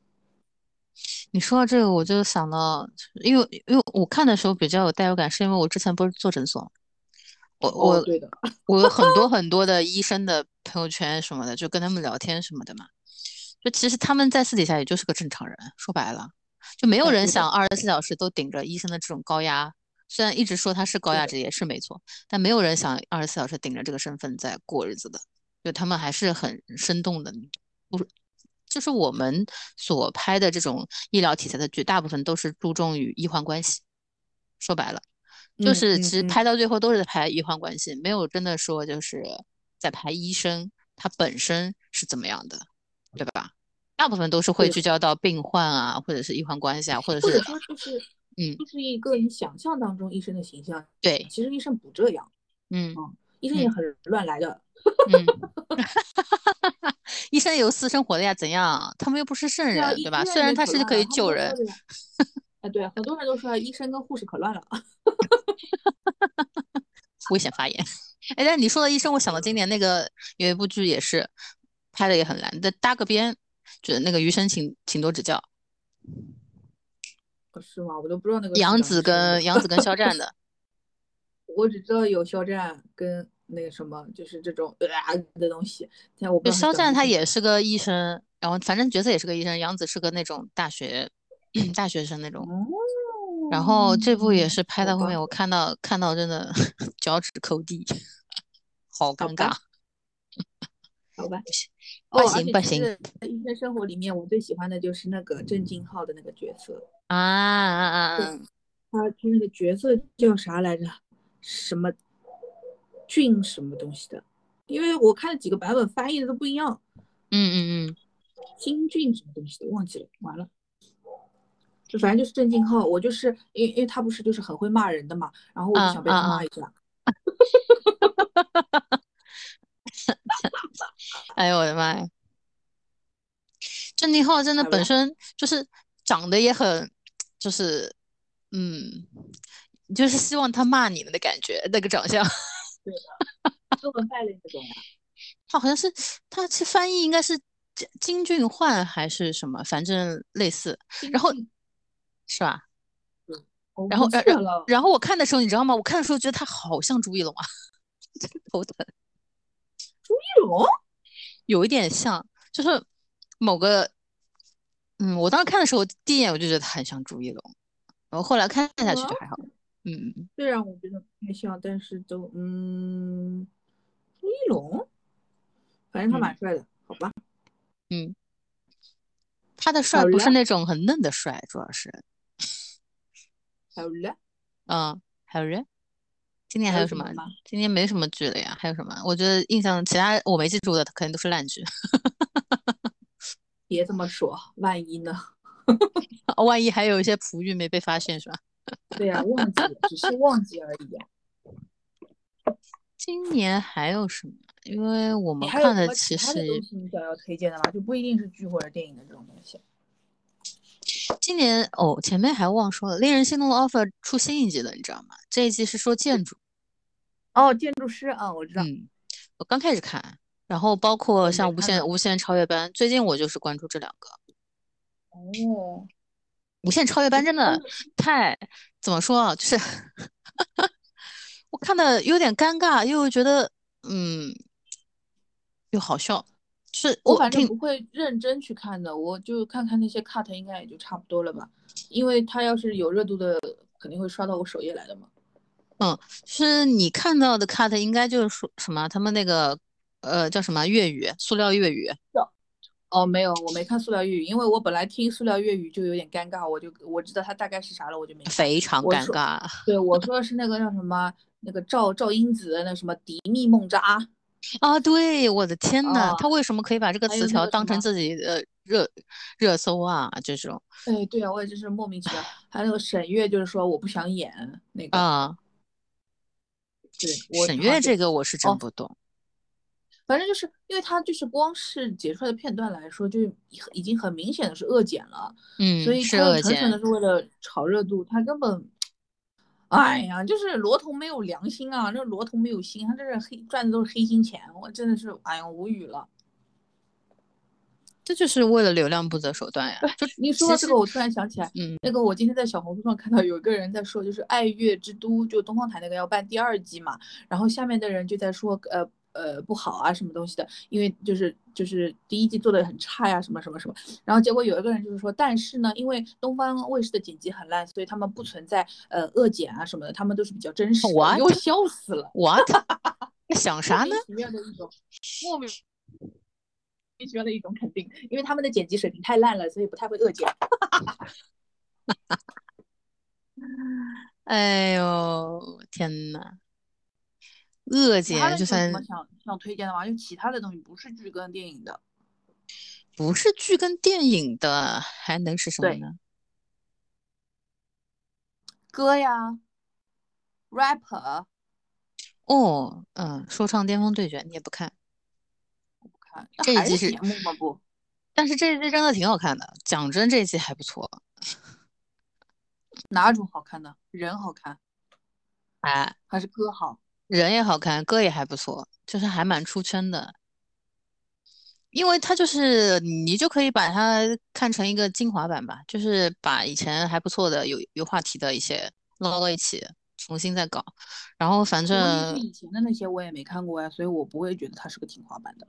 S1: 你说到这个我就想到，因为因为我看的时候比较有代入感，是因为我之前不是做诊所，我我、
S2: 哦、对的，
S1: 我有很多很多的医生的朋友圈什么的，就跟他们聊天什么的嘛。就其实他们在私底下也就是个正常人，说白了。就没有人想二十四小时都顶着医生的这种高压，虽然一直说他是高压职业是没错，但没有人想二十四小时顶着这个身份在过日子的。就他们还是很生动的，不是？就是我们所拍的这种医疗题材的剧，大部分都是注重于医患关系。说白了，就是其实拍到最后都是拍医患关系，没有真的说就是在拍医生他本身是怎么样的，对吧？大部分都是会聚焦到病患啊，或者是医患关系啊，
S2: 或
S1: 者
S2: 是
S1: 或者
S2: 说就是
S1: 嗯，
S2: 就是一个你想象当中医生的形象。
S1: 对，
S2: 其实医生不这样，
S1: 嗯，
S2: 嗯，医生也很乱来的。
S1: 嗯， 医生有私生活的呀，怎样？他们又不是圣人，对啊吧？虽然他是可以救人。
S2: 啊，对，很多人都说医生跟护士可乱了。
S1: 危险发言。 哎，但你说到医生，我想到今年那个有一部剧也是拍的也很烂，但搭个边。就是那个余生请，请请多指教。
S2: 是吗？我都不知道那个。
S1: 杨紫跟杨紫跟肖战的，
S2: 我只知道有肖战跟那个什么，就是这种啊的东西。但我不知道。
S1: 肖战他也是个医生， 然后反正角色也是个医生。杨紫是个那种大学大学生那种。
S2: 哦，
S1: 然后这部也是拍到后面，我看到看到真的 脚趾抠地，好尴尬
S2: 吧。好吧，
S1: 不
S2: 哦
S1: 行不行。
S2: 而且就是在医生生活里面，我最喜欢的就是那个郑敬浩的那个角色，
S1: 啊啊啊！啊
S2: 他就那个角色叫啥来着？什么俊什么东西的？因为我看了几个版本，翻译的都不一样，
S1: 嗯嗯嗯，
S2: 金俊什么东西的忘记了，完了。就反正就是郑敬浩，我就是因为因为他不是就是很会骂人的嘛，然后我就
S1: 啊
S2: 想被他
S1: 啊啊
S2: 骂一下。
S1: 哎呦我的妈呀！郑敬浩真的
S2: 好
S1: 本
S2: 吧
S1: 身就是长得也很，就是嗯，就是希望他骂你们的感觉，那个长相。
S2: 斯文败类那种啊呀。
S1: 他好像是他其实翻译应该是金金俊焕还是什么，反正类似，然后是吧？
S2: 我
S1: 然后
S2: 不
S1: 然
S2: 记得了，
S1: 然后我看的时候，你知道吗？我看的时候觉得他好像朱一龙 啊，这个头疼，
S2: 易容
S1: 有一点像，就是某个，嗯，我当时看的时候，第一眼我就觉得他很像朱一龙，然后后来看下去
S2: 哦
S1: 就还好，嗯，嗯
S2: 虽然我觉得不太像，但是都嗯，朱一龙，
S1: 嗯
S2: 反正他蛮帅的，好吧？
S1: 他的帅
S2: 好
S1: 不是
S2: 了
S1: 那种很嫩的帅，主要是，
S2: 好了，
S1: 嗯，还有人，今天还
S2: 还有
S1: 有
S2: 什
S1: 什么
S2: 么吗？
S1: 今天没什么剧了呀，还有什么？我觉得印象其他我没记住的，肯定都是烂剧，
S2: 别这么说，万一呢？
S1: 哦万一还有一些璞玉没被发现是吧？
S2: 对呀、忘记了，只是忘记而已、啊。
S1: 今年还有什么？因为我
S2: 你
S1: 们
S2: 还有
S1: 看
S2: 什
S1: 的
S2: 么
S1: 其
S2: 其他的
S1: 实
S2: 东西你想要推荐的吗？就不一定是剧或者电影的这种东西。
S1: 今年哦，前面还忘说了，《令人心动的 offer》出新一季了，你知道吗？这一季是
S2: 嗯
S1: 说建筑，
S2: 哦，建筑师啊，我知道。
S1: 嗯，我刚开始看，然后包括
S2: 我
S1: 像
S2: 没
S1: 无
S2: 看
S1: 限
S2: 呢
S1: 无限超越班，最近我就是关注这两个。
S2: 哦，
S1: 无限超越班真
S2: 关
S1: 的太怎么说啊？就是 我看的有点尴尬，又觉得嗯又好笑，就是
S2: 我
S1: 我
S2: 反正
S1: 听
S2: 不会认真去看的，我就看看那些 cut，应该也就差不多了吧。因为他要是有热度的，肯定会刷到我首页来的嘛。
S1: 是你看到的 cut 应该就是说什么他们那个呃叫什么粤语塑料粤语。
S2: 哦，没有，我没看塑料粤语，因为我本来听塑料粤语就有点尴尬，我就我知道它大概是啥了，我就 没看。
S1: 非常
S2: 我
S1: 尴
S2: 说，
S1: 尬。
S2: 对，我说的是那个叫什么，那个赵赵英子的那什么迪蜜梦渣，
S1: 啊，对，我的天呐，
S2: 哦
S1: 他为什么可以把这个
S2: 还
S1: 词
S2: 有那
S1: 条
S2: 个什
S1: 当成
S2: 么
S1: 自己的热热搜啊？这种
S2: 哎，对啊，我也真是莫名其妙。还有那个沈月，就是说我不想演那个，
S1: 啊，
S2: 对，我
S1: 沈
S2: 好像
S1: 月
S2: 就
S1: 这个我是真
S2: 哦
S1: 不懂。
S2: 反正就是因为它就是光是截出来的片段来说，就已经很明显的是恶剪了，所
S1: 嗯，
S2: 以
S1: 是
S2: 它
S1: 恶
S2: 纯纯的
S1: 剪，
S2: 是为了炒热度，它根本，哎呀，就是罗彤没有良心啊，那罗彤没有心，他这是黑赚的都是黑心钱，我真的是哎呀无语了。
S1: 这就是为了流量不择手段呀。就
S2: 你说
S1: 其
S2: 到这
S1: 实
S2: 个，我突然想起来，
S1: 嗯
S2: 那个我今天在小红书上看到有一个人在说，就是《爱乐之都》就东方台那个要办第二季嘛，然后下面的人就在说，呃呃不好啊什么东西的，因为就是就是第一季做的很差呀、什么什么什么，然后结果有一个人就是说，但是呢，因为东方卫视的剪辑很烂，所以他们不存在呃恶剪啊什么的，他们都是比较真实的，我给我
S1: What？
S2: 笑死了，
S1: what 在想
S2: 莫
S1: 啥
S2: 名
S1: 呢？
S2: 其妙的一种莫名其妙的一种肯定，因为他们的剪辑水平太烂了，所以不太会恶剪。
S1: 哎呦，天呐，恶
S2: 其他
S1: 剪就
S2: 的你有什
S1: 算
S2: 么想想推荐的吗？就其他的东西，不是剧跟电影的。
S1: 不是剧跟电影的，还能是什么
S2: 对
S1: 呢？
S2: 歌呀，rapper
S1: 哦，嗯，说唱巅峰对决你也不看，
S2: 不看，那
S1: 这一
S2: 还
S1: 季
S2: 是
S1: 是
S2: 节目吗？不，
S1: 但是这一季真的挺好看的，讲真，这一季还不错。
S2: 哪种好看呢？人好看
S1: 哎，
S2: 还是歌好？
S1: 人也好看，歌也还不错，就是还蛮出圈的。因为它就是你就可以把它看成一个精华版吧，就是把以前还不错的有有话题的一些捞到一起，重新再搞。然后反
S2: 可问题是
S1: 正，
S2: 以前的那些我也没看过呀，所以我不会觉得它是个精华版的。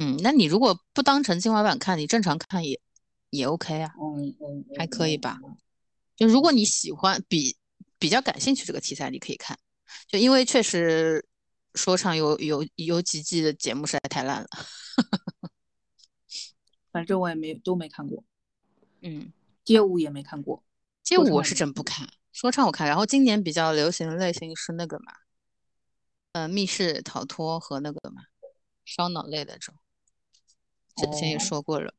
S1: 嗯，那你如果不当成精华版看，你正常看也也 OK 啊，
S2: 嗯嗯嗯
S1: 还可以
S2: 嗯
S1: 吧。
S2: 嗯，
S1: 就如果你喜欢比比较感兴趣这个题材，你可以看。就因为确实说唱有有有几季的节目实在太烂了，
S2: 反正我也没都没看过，
S1: 嗯，
S2: 街舞也没看过，
S1: 街
S2: 说
S1: 舞我
S2: 唱嗯
S1: 是
S2: 也
S1: 真不看，说唱我看。然后今年比较流行的类型是那个嘛，呃，密室逃脱和那个嘛，烧脑类的这种，之前也
S2: 哦
S1: 说过了，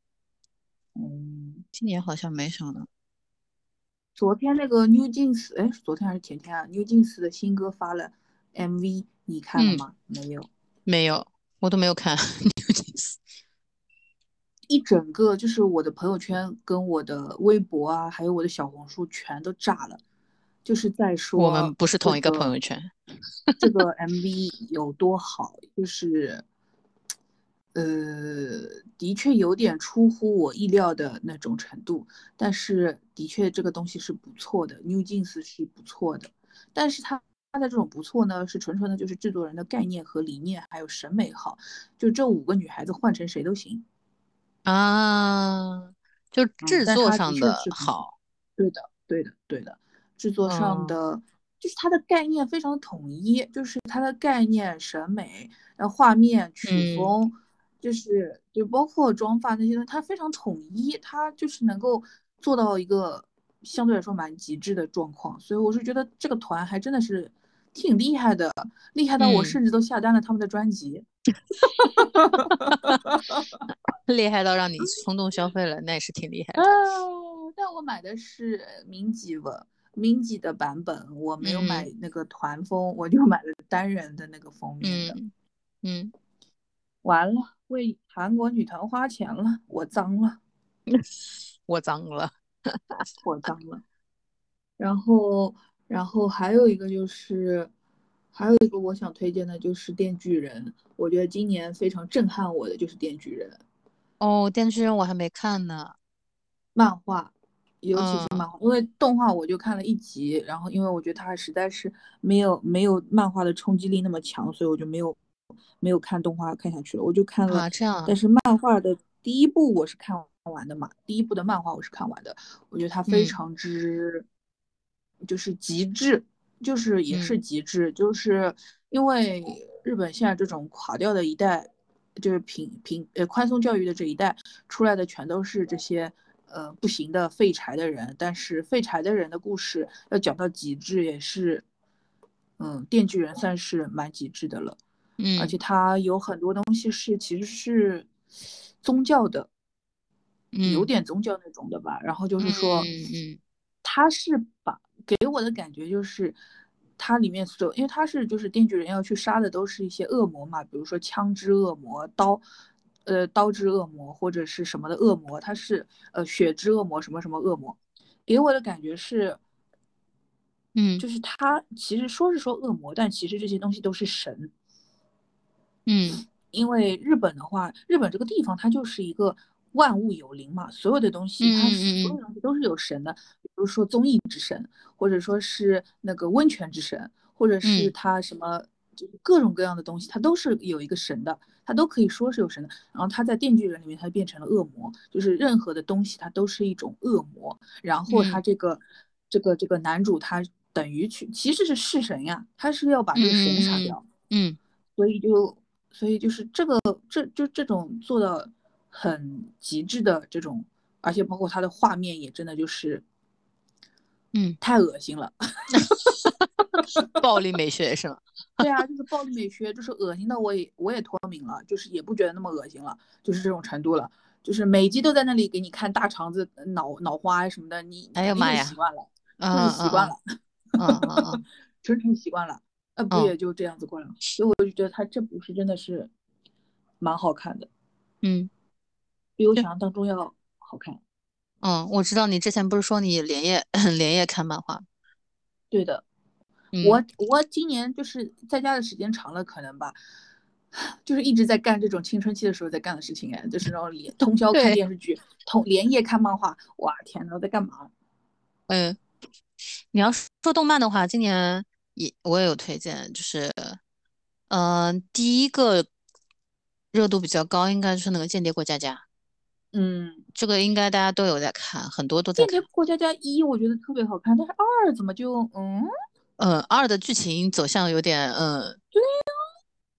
S2: 嗯，
S1: 今年好像没啥了。
S2: 昨天那个 New Jeans，哎，是昨天还是前天啊？New Jeans 的新歌发了 MV，你看了
S1: 嗯
S2: 吗？没有，
S1: 没有，我都没有看 New Jeans。
S2: 一整个就是我的朋友圈跟我的微博啊，还有我的小红书全都炸了，就是在说
S1: 我们不是同
S2: 这
S1: 一个朋
S2: 个
S1: 友圈。
S2: 这个 MV 有多好，就是，呃，的确有点出乎我意料的那种程度，但是的确这个东西是不错的，New Jeans 是不错的，但是它它的这种不错呢，是纯纯的就是制作人的概念和理念，还有审美好，就这五个女孩子换成谁都行，
S1: 啊，就
S2: 嗯，
S1: 制
S2: 但
S1: 作
S2: 它的
S1: 上
S2: 确
S1: 的
S2: 是不错。
S1: 好，
S2: 对的，对的，对的，制作上
S1: 嗯
S2: 的就是它的概念非常统一，就是它的概念、审美，然后画面、曲
S1: 嗯
S2: 风，就是就包括妆发那些东西，它非常统一，它就是能够做到一个相对来说蛮极致的状况，所以我是觉得这个团还真的是挺厉害的，厉害到我
S1: 嗯，
S2: 甚至都下单了他们的专辑。
S1: 厉害到让你冲动消费了，那也是挺厉害
S2: 啊，
S1: 的。
S2: 但我买的是民几文民几的版本，我没有买
S1: 嗯
S2: 那个团封，我就买了单人的那个封面的。
S1: 嗯嗯，
S2: 完了，为韩国女团花钱了，我脏了，
S1: 我脏了。
S2: 我脏了。然后，然后还有一个就是，还有一个我想推荐的就是《电锯人》，我觉得今年非常震撼我的就是《电锯人》
S1: 哦，电锯人我还没看呢。
S2: 漫画，尤其是
S1: 嗯
S2: 漫画，因为动画我就看了一集，然后因为我觉得它实在是没有没有漫画的冲击力那么强，所以我就没有没有看动画看下去了，我就看了，
S1: 啊，这样啊，
S2: 但是漫画的第一部我是看完的嘛，第一部的漫画我是看完的，我觉得它非
S1: 嗯
S2: 常之就是极致，就是也是
S1: 嗯
S2: 极致，就是因为日本现在这种垮掉的一代，就是平平呃宽松教育的这一代出来的全都是这些呃不行的废柴的人，但是废柴的人的故事要讲到极致也是，嗯，电锯人算是蛮极致的了，而且
S1: 嗯
S2: 它有很多东西是其实是宗教的，
S1: 嗯
S2: 有点宗教那种的吧，然后就
S1: 嗯
S2: 是说。
S1: 嗯
S2: 它是把给我的感觉就是，它里面所有，因为它是就是电锯人要去杀的都是一些恶魔嘛，比如说枪之恶魔、刀，呃刀之恶魔或者是什么的恶魔，它是呃血之恶魔什么什么恶魔，给我的感觉是，
S1: 嗯
S2: 就是它其实说是说恶魔，但其实这些东西都是神，
S1: 嗯
S2: 因为日本的话，日本这个地方它就是一个万物有灵嘛，所有的东
S1: 嗯
S2: 西它所有
S1: 嗯
S2: 东西都是有神的，比如说综艺之神，或者说是那个温泉之神，或者是
S1: 嗯
S2: 它什么就是各种各样的东西，它都是有一个神的，它都可以说是有神的。然后它在《电锯人》里面，它变成了恶魔，就是任何的东西它都是一种恶魔。然后他
S1: 嗯
S2: 这个这个这个男主他等于去其实是弑神呀，他是要把这个神杀
S1: 嗯
S2: 掉。
S1: 嗯
S2: 所以就所以就是这个这就这种做到很极致的这种，而且包括它的画面也真的就是
S1: 嗯，
S2: 太恶心了。
S1: 暴力美学是吗？
S2: 对啊，就是暴力美学，就是恶心到我也我也脱敏了，就是也不觉得那么恶心了，就是这种程度了。就是每集都在那里给你看大肠子、呃脑脑花什么的，你你
S1: 哎呦
S2: 肯定
S1: 妈
S2: 是
S1: 呀！
S2: 习惯了，就是
S1: 嗯
S2: 习惯了，
S1: 嗯嗯嗯嗯嗯
S2: 纯纯习惯了，那不
S1: 嗯
S2: 也就这样子过了吗？所以我就觉得他这部是真的是蛮好看的，
S1: 嗯，
S2: 比我
S1: 就
S2: 想象当中要好看。
S1: 嗯，我知道你之前不是说你连夜连夜看漫画？
S2: 对的，
S1: 嗯
S2: 我我今年就是在家的时间长了，可能吧，就是一直在干这种青春期的时候在干的事情，哎，就是那种连通宵看
S1: 对，
S2: 电视剧，通连夜看漫画，哇，天呐，我在干嘛？
S1: 嗯，你要是说动漫的话，今年也我也有推荐，就是嗯、呃第一个热度比较高应该是那个《间谍过家家》。
S2: 嗯，
S1: 这个应该大家都有在看，很多都在看。
S2: 《过家家一》我觉得特别好看，但是二怎么就嗯？
S1: 嗯，二的剧情走向有点嗯，
S2: 对
S1: 呀、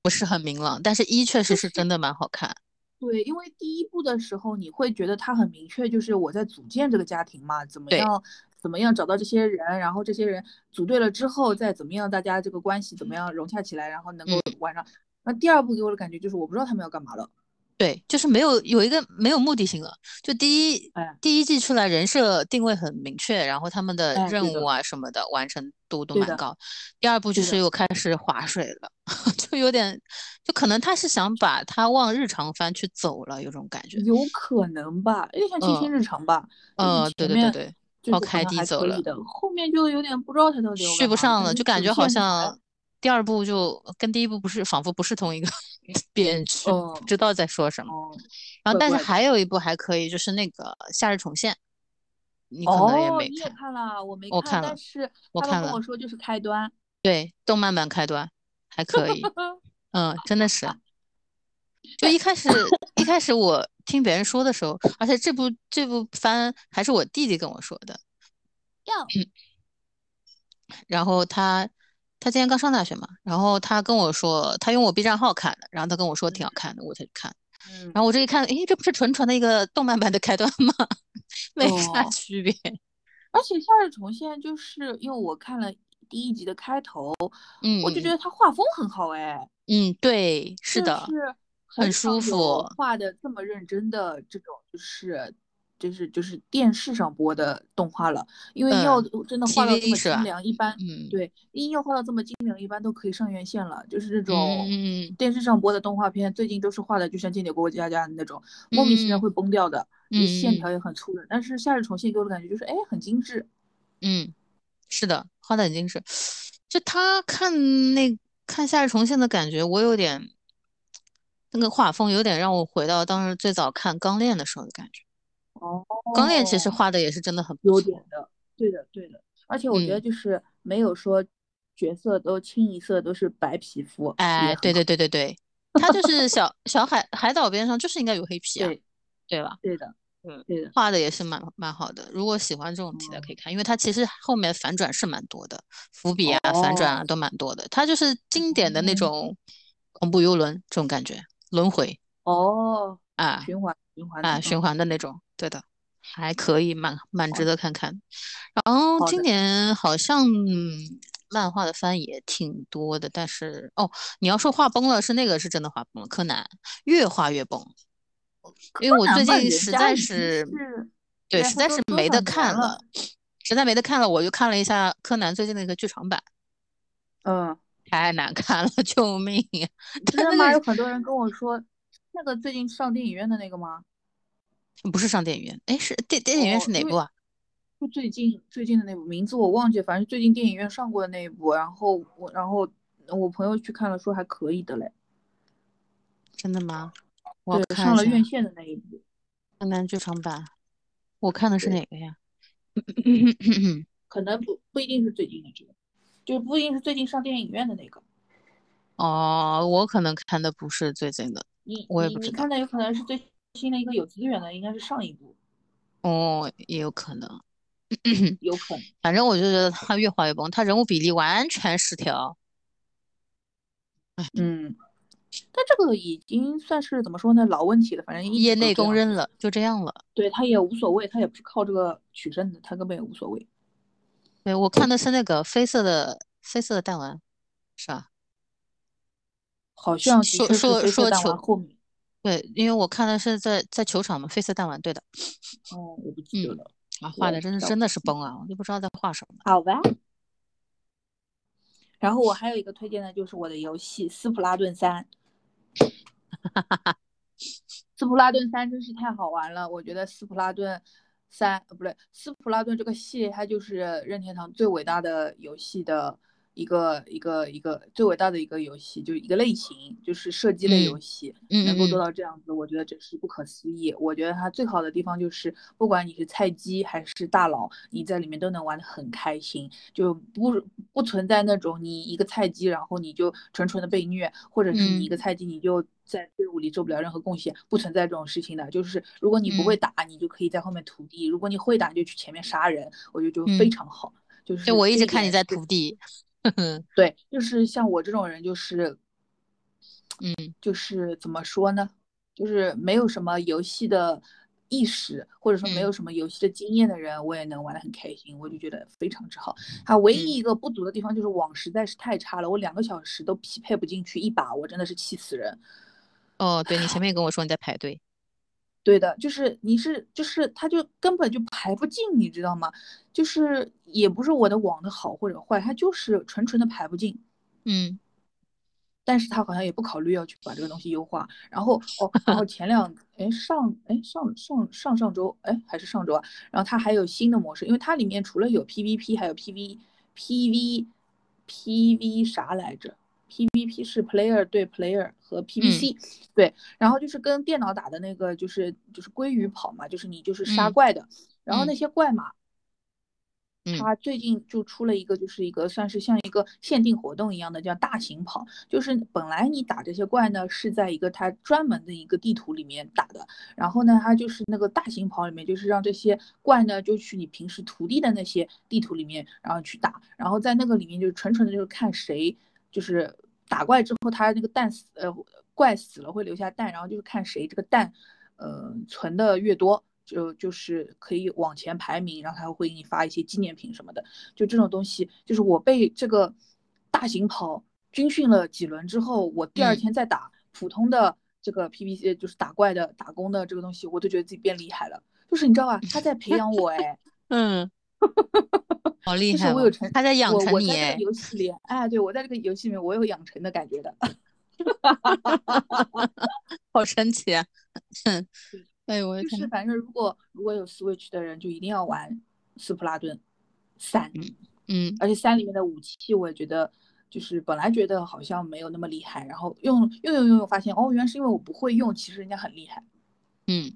S1: 不是很明朗，但是一确实是真的蛮好看。
S2: 对，因为第一部的时候你会觉得他很明确，就是我在组建这个家庭嘛，怎么
S1: 对
S2: 样怎么样找到这些人，然后这些人组队了之后再怎么样，大家这个关系怎么样融洽起来，然后能
S1: 嗯
S2: 够玩上。那第二部给我的感觉就是我不知道他们要干嘛了，
S1: 对，就是没有有一个没有目的性了。就第一
S2: 哎
S1: 第一季出来，人设定位很明确，然后他们的
S2: 哎对
S1: 任
S2: 的
S1: 务啊什么的完成度都
S2: 对
S1: 蛮
S2: 的
S1: 高。第二部就
S2: 对的
S1: 是又开始划水了， 就有点，就可能他是想把他往日常番去走了，有种感觉。
S2: 有可能吧，有点像《青青日常》吧，
S1: 嗯、
S2: 就是
S1: 对对
S2: 前
S1: 对
S2: 面
S1: 对，
S2: 就
S1: 哦
S2: 是
S1: 凯
S2: 好像
S1: 蒂
S2: 还
S1: 走
S2: 可
S1: 了
S2: 以的，后面就有点不知道他到底要
S1: 续
S2: 干
S1: 不
S2: 嘛
S1: 上
S2: 就
S1: 了，
S2: 是
S1: 就感
S2: 主
S1: 觉好
S2: 线不来
S1: 像第二部就跟第一部不是仿佛不是同一个编剧，不
S2: 嗯哦
S1: 知道在说什么。
S2: 哦，
S1: 然后，
S2: 怪
S1: 但是
S2: 怪的
S1: 还有一部还可以，就是那个《夏日重现》，你可能也
S2: 哦
S1: 没
S2: 你也
S1: 看。
S2: 看了，我没
S1: 我看了
S2: 但是
S1: 我
S2: 他
S1: 看
S2: 们跟
S1: 了
S2: 我说就是开端，
S1: 对，动漫版开端还可 以，嗯，真的是。就一开始一开始我听别人说的时候，而且这部这部番还是我弟弟跟我说的，
S2: 要
S1: 然后他他今年刚上大学嘛，然后他跟我说他用我 B 站号看的，然后他跟我说挺好看的，我才去看。
S2: 嗯
S1: 然后我这一看，诶，这不是纯纯的一个动漫版的开端吗？ 没啥
S2: 哦
S1: 区别。
S2: 而且《夏日重现》就是因为我看了第一集的开头，
S1: 嗯，
S2: 我就觉得他画风很好哎，
S1: 嗯，对，是
S2: 就
S1: 的，
S2: 是
S1: 很
S2: 很
S1: 舒
S2: 少有
S1: 服
S2: 画的这么认真的这种，就是就是就是电视上播的动画了，因为要真的画到这
S1: TV
S2: 么
S1: 嗯是
S2: 精
S1: 吧
S2: 良，一般
S1: 嗯，
S2: 对，硬要画到这么精良，一般都可以上院线了，就是这种。
S1: 嗯
S2: 电视上播的动画片，最近都是画的就像《经典过家家》那种，莫名其妙
S1: 嗯
S2: 会崩掉的，
S1: 嗯
S2: 线条也很粗的。但是《夏日重现》给我的感觉就是，哎，很精致，
S1: 嗯，是的，花的已经是，就他看那看《夏日重现》的感觉，我有点那个画风有点让我回到当时最早看《钢炼》的时候的感觉，
S2: 哦，
S1: 钢炼》其实画的也是真的很不
S2: 有
S1: 错，
S2: 点的，对的，对的。而且我觉得
S1: 嗯
S2: 就是没有说角色都清一色都是白皮肤，也
S1: 哎，
S2: 很
S1: 对
S2: 好。
S1: 对对对对，他就是小小海海岛边上就是应该有黑皮啊，
S2: 对，
S1: 对吧？
S2: 对的，
S1: 嗯，
S2: 对的。
S1: 画的也是蛮蛮好的。如果喜欢这种题材可以
S2: 哦
S1: 看，因为它其实后面反转是蛮多的，伏笔啊、反转啊
S2: 哦，
S1: 都蛮多的。它就是经典的那
S2: 嗯，
S1: 种恐怖游轮这种感觉，轮回
S2: 哦，
S1: 啊
S2: 循环循环的，
S1: 啊循
S2: 嗯，
S1: 环的那种。对的，还可以，蛮蛮
S2: 好
S1: 值
S2: 的，
S1: 得看看。然后
S2: 好
S1: 今
S2: 的，
S1: 年好像嗯漫画的番也挺多的，但是哦，你要说画崩了，是那个是真的画崩了，柯南越画越崩。
S2: 柯
S1: 因为我最
S2: 南吧，
S1: 近
S2: 人
S1: 实
S2: 家
S1: 在
S2: 已
S1: 是，
S2: 经是，
S1: 对，
S2: 对啊，
S1: 实
S2: 他
S1: 在
S2: 都
S1: 是
S2: 多
S1: 没
S2: 少
S1: 得
S2: 年
S1: 看了，
S2: 了？
S1: 实在没得看了，我就看了一下柯南最近的一个剧场版，
S2: 嗯，
S1: 太难看了， 救命呀！他
S2: 真的
S1: 那
S2: 吗？有
S1: 个
S2: 很多人跟我说，那个最近上电影院的那个吗？
S1: 不是上电影院，哎，是电电影院是
S2: 哦，
S1: 哪
S2: 因
S1: 部
S2: 为。
S1: 啊？
S2: 就最近最近的那部名字我忘记，反正最近电影院上过的那一部，然后我然后我朋友去看了，说还可以的嘞，
S1: 真的吗？我要
S2: 对，
S1: 看
S2: 上
S1: 一
S2: 了院
S1: 下
S2: 线的那一部，
S1: 柯南剧场版，我看的是
S2: 对，
S1: 哪个呀？
S2: 可能不不一定是最近的这个，就是不一定是最近上电影院的那个，
S1: 哦，我可能看的不是最近的，
S2: 你
S1: 我也
S2: 你
S1: 不知
S2: 你
S1: 道，
S2: 看的有可能是最新的一个有资源的，应该是上一部，
S1: 哦，也有可能。
S2: 有可能，
S1: 反正我就觉得他越画越崩，他人物比例完全失调。
S2: 嗯，但这个已经算是怎么说呢，老问题了，反正一
S1: 业
S2: 直都
S1: 内
S2: 这
S1: 公
S2: 样
S1: 认
S2: 子，
S1: 了，就这样了。
S2: 对，他也无所谓，他也不是靠这个取胜的，他根本也无所谓，
S1: 对，我看的是那个绯色的绯色的弹丸，是吧？
S2: 好像的
S1: 说
S2: 确是
S1: 说
S2: 绯色
S1: 说
S2: 弹丸
S1: 球，
S2: 后面，
S1: 对，因为我看的是在在球场嘛，绯色弹丸，对的，
S2: 哦，我不记得
S1: 嗯，
S2: 了。
S1: 啊，画
S2: 我也
S1: 的
S2: 不
S1: 真是
S2: 知道。嗯
S1: 真的是崩啊，我就不知道在画什么。
S2: 好吧，然后我还有一个推荐的，就是我的游戏《斯普拉顿三》。斯普拉顿三真是太好玩了，我觉得斯普拉顿三，呃，不对，斯普拉顿这个系列它就是任天堂最伟大的游戏的一个一个一个最伟大的一个游戏，就是一个类型，就是射击类游戏，
S1: 嗯嗯
S2: 能够做
S1: 嗯
S2: 到这样子，我觉得真是不可思议。我觉得它最好的地方就是，不管你是菜鸡还是大佬，你在里面都能玩得很开心，就不不存在那种你一个菜鸡，然后你就纯纯的被虐，或者是
S1: 嗯
S2: 你一个菜鸡你就。在队伍里做不了任何贡献，不存在这种事情的。就是如果你不会
S1: 嗯
S2: 打，你就可以在后面涂地；如果你会打，你就去前面杀人。我觉得就
S1: 嗯
S2: 非常好。就是
S1: 就我一
S2: 这
S1: 直看你
S2: 点
S1: 在
S2: 是
S1: 涂地，
S2: 对，就是像我这种人，就是
S1: 嗯
S2: 就是怎么说呢？就是没有什么游戏的意识，或者说
S1: 嗯
S2: 没有什么游戏的经验的人，我也能玩得很开心，我就觉得非常之好。
S1: 嗯
S2: 它唯一一个不足的地方就是网实在是太差了，我两个小时都匹配不进去一把，我真的是气死人。
S1: 哦，对你前面跟我说你在排队，
S2: 对的，就是你是就是他就根本就排不进，你知道吗？就是也不是我的网的好或者坏，它就是纯纯的排不进。
S1: 嗯
S2: 但是他好像也不考虑要去把这个东西优化。然后哦，然后前两哎上哎上上上上周哎还是上周啊，然后它还有新的模式，因为它里面除了有 PVP，还有 PV PV PV 啥来着？PVP 是 player 对 player 和 PVC，、对，然后就是跟电脑打的那个就是就是鲑鱼跑嘛，就是你就是杀
S1: 嗯
S2: 怪的，然后
S1: 嗯
S2: 那些怪嘛，
S1: 嗯
S2: 它最近就出了一个，就是一个算是像一个限定活动一样的，叫大型跑。就是本来你打这些怪呢，是在一个它专门的一个地图里面打的，然后呢，它就是那个大型跑里面，就是让这些怪呢，就去你平时徒弟的那些地图里面，然后去打，然后在那个里面就纯纯的就是看谁就是打怪之后，它那个蛋死呃怪死了会留下蛋，然后就是看谁这个蛋呃存的越多。就就是可以往前排名，然后他会给你发一些纪念品什么的。就这种东西，就是我被这个大型跑军训了几轮之后，我第二
S1: 嗯
S2: 天再打普通的这个 PVC，就是呃打怪的打工的这个东西，我都觉得自己变厉害了。就是你知道吧，他在培养我，哎，
S1: 嗯，好厉
S2: 就是
S1: 害
S2: 我有
S1: 哦，
S2: 成，
S1: 他在 养
S2: 我
S1: 成
S2: 我
S1: 你
S2: 在这个
S1: 哎，
S2: 游戏里，哎，对我在这个游戏里面，我有养成的感觉的。
S1: 好神奇啊！哼，哎
S2: 对
S1: 呦我的
S2: 就
S1: 天
S2: 是
S1: 呐，
S2: 反正如果如果有 Switch 的人，就一定要玩斯普拉顿三。
S1: 嗯嗯
S2: 而且三里面的武器，我也觉得就是本来觉得好像没有那么厉害，然后用用用用用，发现哦，原来是因为我不会用，其实人家很厉害。
S1: 嗯，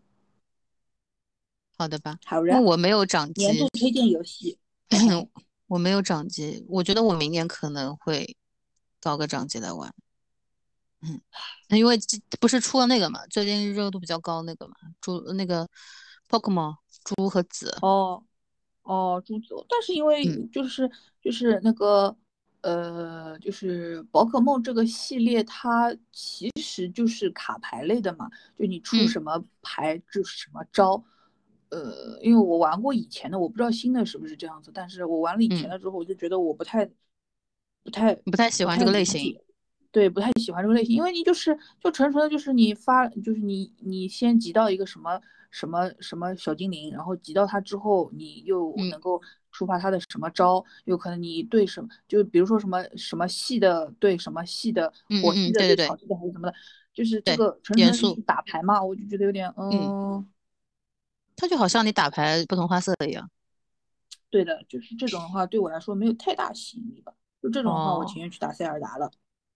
S1: 好的吧，
S2: 好
S1: 因为
S2: 的，
S1: 我没有掌
S2: 年度
S1: 机，
S2: 推荐游戏，嗯，
S1: 我没有掌机，我觉得我明年可能会搞个掌机来玩。嗯，因为这不是出了那个嘛，最近热度比较高那个嘛，猪那个 Pokemon 猪和子，
S2: 哦哦，猪走，但是因为
S1: 嗯
S2: 就是就是那个呃，就是宝可梦这个系列，它其实就是卡牌类的嘛，就你出
S1: 嗯
S2: 什么牌就是什么招。呃，因为我玩过以前的，我不知道新的是不是这样子，但是我玩了以前
S1: 嗯，
S2: 的之后，我就觉得我不太不太
S1: 不太喜
S2: 不
S1: 欢这
S2: 太
S1: 个类
S2: 理
S1: 型，
S2: 解，对，不太喜欢这个类型，因为你就是就纯纯的，就是你发，就是你你先集到一个什么什么什么小精灵，然后集到它之后，你又
S1: 嗯
S2: 能够触发它的什么招，有可能你对什么，就比如说什么什么系的对什么系的，
S1: 嗯
S2: 火
S1: 嗯
S2: 系
S1: 嗯，
S2: 的
S1: 对
S2: 对
S1: 对
S2: 草
S1: 对
S2: 系的还是什么的，就是这
S1: 对，
S2: 个纯纯
S1: 元
S2: 的就是
S1: 素，
S2: 打牌嘛，我就觉得有点
S1: 嗯，
S2: 嗯。
S1: 它就好像你打牌不同花色一样，
S2: 对的，就是这种的话，对我来说没有太大吸引力吧。就这种的话，我
S1: 哦
S2: 情愿去打塞 尔达了。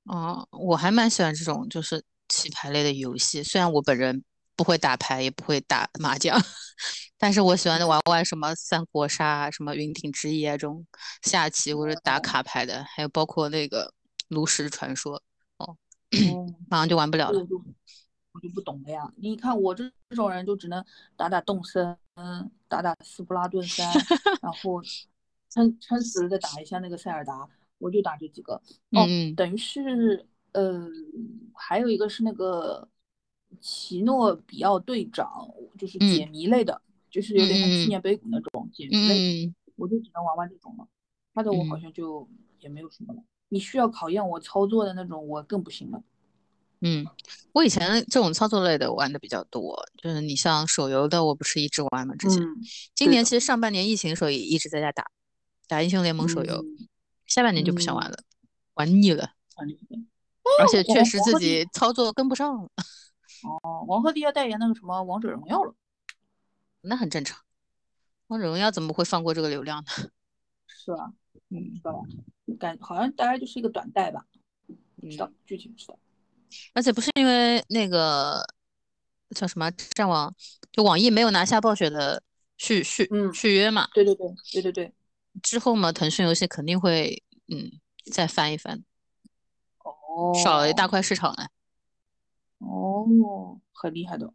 S1: 哦，我还蛮喜欢这种就是棋牌类的游戏，虽然我本人不会打牌，也不会打麻将， 但是我喜欢玩玩什么三国杀啊、什么云顶之弈啊这种下棋或者打卡牌的，还有包括那个炉石传说，哦，
S2: 哦，
S1: 马上就玩不了
S2: 这
S1: 了。
S2: 我就我就不懂了呀。你看我这这种人，就只能打打动森，打打斯普拉顿三，然后撑撑死了再打一下那个塞尔达，我就打这几个。哦，
S1: 嗯
S2: 等于是呃，还有一个是那个奇诺比奥队长，就是
S1: 嗯
S2: 解谜类的，就是有点像纪
S1: 嗯嗯
S2: 念碑谷那种解谜类的，
S1: 嗯
S2: 我就只能玩玩这种了。他的我好
S1: 嗯
S2: 像就也没有什么了。你需要考验我操作的那种，我更不行了。
S1: 嗯嗯，我以前这种操作类的玩的比较多，就是你像手游的，我不是一直玩嘛，之前，
S2: 嗯，
S1: 今
S2: 对
S1: 年
S2: 的，
S1: 其实上半年疫情的时候也一直在家打，打英雄联盟手游，
S2: 嗯
S1: 下半年就不想玩
S2: 嗯，
S1: 了，玩腻了，
S2: 很厉害。
S1: 而且确
S2: 王
S1: 实
S2: 王
S1: 自
S2: 鹤棣
S1: 己操作跟不上了，
S2: 哦，王鹤棣要代言那个什么王者荣耀了。
S1: 那很正常。王者荣耀怎么会放过这个流量呢？
S2: 是吧？
S1: 嗯，
S2: 知道吧？感好像大概就是一个短贷吧，不知道
S1: 嗯，
S2: 具体不知道。
S1: 而且不是因为那个叫什么战网，就网易没有拿下暴雪的续续
S2: 嗯
S1: 续约嘛，
S2: 对对对对对对，
S1: 之后嘛，腾讯游戏肯定会嗯再翻一翻，
S2: 哦，
S1: 少了一大块市场哎。
S2: 哦，很厉害的。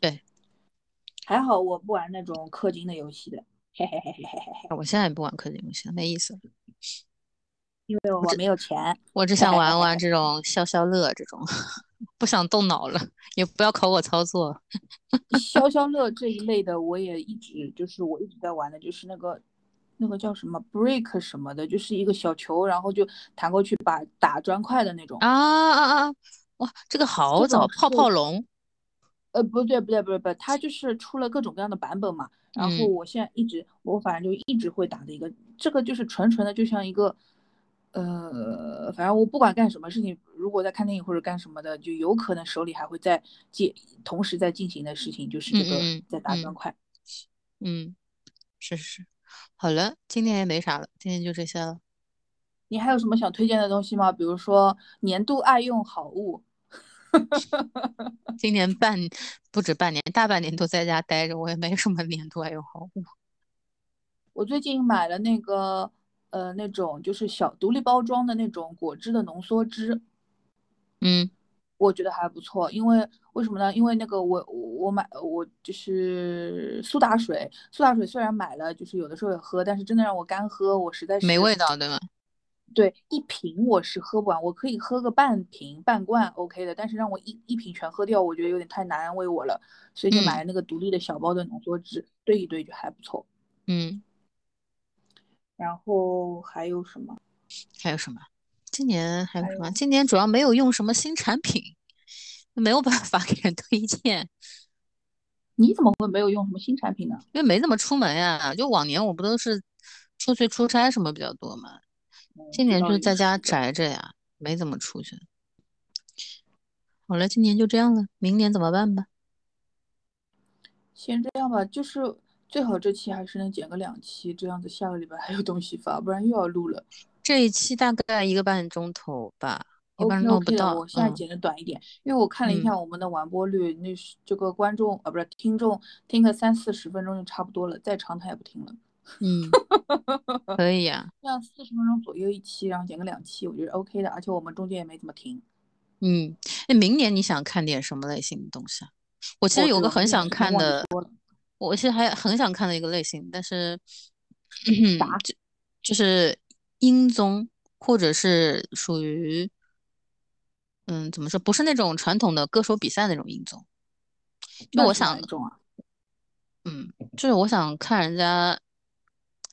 S1: 对，
S2: 还好我不玩那种氪金的游戏的，嘿嘿嘿嘿嘿嘿嘿，
S1: 我现在也不玩氪金游戏了，没意思了。
S2: 因为我没有钱。
S1: 我只想玩玩这种消消乐这种， 不想动脑了，也不要考我操
S2: 哦
S1: 作。
S2: 消消乐这一类的，我也一直就是我一直在玩的，就是那个那个叫什么 break 什么的，就是一个小球，然后就弹过去把打砖块的那种。
S1: 啊啊啊！哇，这个好
S2: 这种
S1: 早，泡
S2: 是
S1: 泡龙。
S2: 呃，不对，不对，不对，不对，它就是出了各种各样的版本嘛。然后
S1: 嗯
S2: 我现在一直，我反正就一直会打的一个，这个就是纯纯的，就像一个，呃，反正我不管干什么事情，如果在看电影或者干什么的，就有可能手里还会在进，同时在进行的事情就是这个
S1: 嗯嗯
S2: 在打砖块。
S1: 嗯嗯，是是是。好了，今天也没啥了，今天就这些了。
S2: 你还有什么想推荐的东西吗？比如说年度爱用好物，
S1: 今年半不止半年，大半年都在家待着，我也没什么年度爱好。
S2: 我最近买了那个，呃，那种就是小独立包装的那种果汁的浓缩汁。
S1: 嗯
S2: 我觉得还不错，因为为什么呢？因为那个我我我买我就是苏打水，苏打水虽然买了，就是有的时候也喝，但是真的让我干喝，我实在是
S1: 没味道，对吗？
S2: 对一瓶我是喝不完，我可以喝个半瓶半罐 OK 的，但是让我一一瓶全喝掉，我觉得有点太难为我了，所以就买
S1: 嗯
S2: 了那个独立的小包的浓缩汁，兑一兑就还不错。
S1: 嗯，
S2: 然后还有什么？
S1: 还有什么？今年还有
S2: 还
S1: 什么？
S2: 有
S1: 今年主要没有用什么新产品，没有办法给人推荐，
S2: 你怎么会没有用什么新产品呢？嗯
S1: 因为没怎么出门呀。就往年我不都是出去出差什么比较多嘛，
S2: 嗯，
S1: 今
S2: 这
S1: 年就
S2: 倒
S1: 是
S2: 也
S1: 在
S2: 是
S1: 家
S2: 的。
S1: 宅着呀，没怎么出去。好了，今年就这样了，明年怎么办吧？
S2: 先这样吧，就是最好这期还是能剪个两期，这样子下个礼拜还有东西发，不然又要录了。
S1: 这一期大概一个半钟头吧，一个半钟头
S2: OK
S1: 不
S2: OK 的，
S1: 到。
S2: 我现在
S1: 嗯
S2: 剪的短一点，因为我看了一
S1: 嗯。
S2: 下我们的完播率，那是这个观众啊，不是听众，听个三四十分钟就差不多了，再长他也不听了。
S1: 嗯，可以啊呀、
S2: 这样四十分钟左右一期，然后剪个两期，我觉得 OK 的，而且我们中间也没怎么停。
S1: 嗯，那明年你想看点什么类型的东西啊？我其实
S2: 哦，
S1: 有
S2: 对，
S1: 个
S2: 我们
S1: 很
S2: 之前
S1: 想
S2: 是不是
S1: 看
S2: 忘记
S1: 的，
S2: 说了？
S1: 我其实还很想看的一个类型，但是，
S2: 啥？
S1: 就就是英综，或者是属于，嗯，怎么说，不是那种传统的歌手比赛那种英综，就
S2: 那
S1: 我
S2: 是哪
S1: 想，
S2: 一种啊？
S1: 嗯，就是我想看人家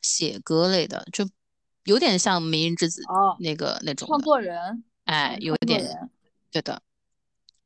S1: 写歌类的，就有点像《明日之子》
S2: 哦，
S1: 那个那种
S2: 创
S1: 的，
S2: 作人，
S1: 哎，
S2: 嗯，
S1: 有
S2: 创
S1: 一
S2: 作
S1: 点，
S2: 人，
S1: 对的。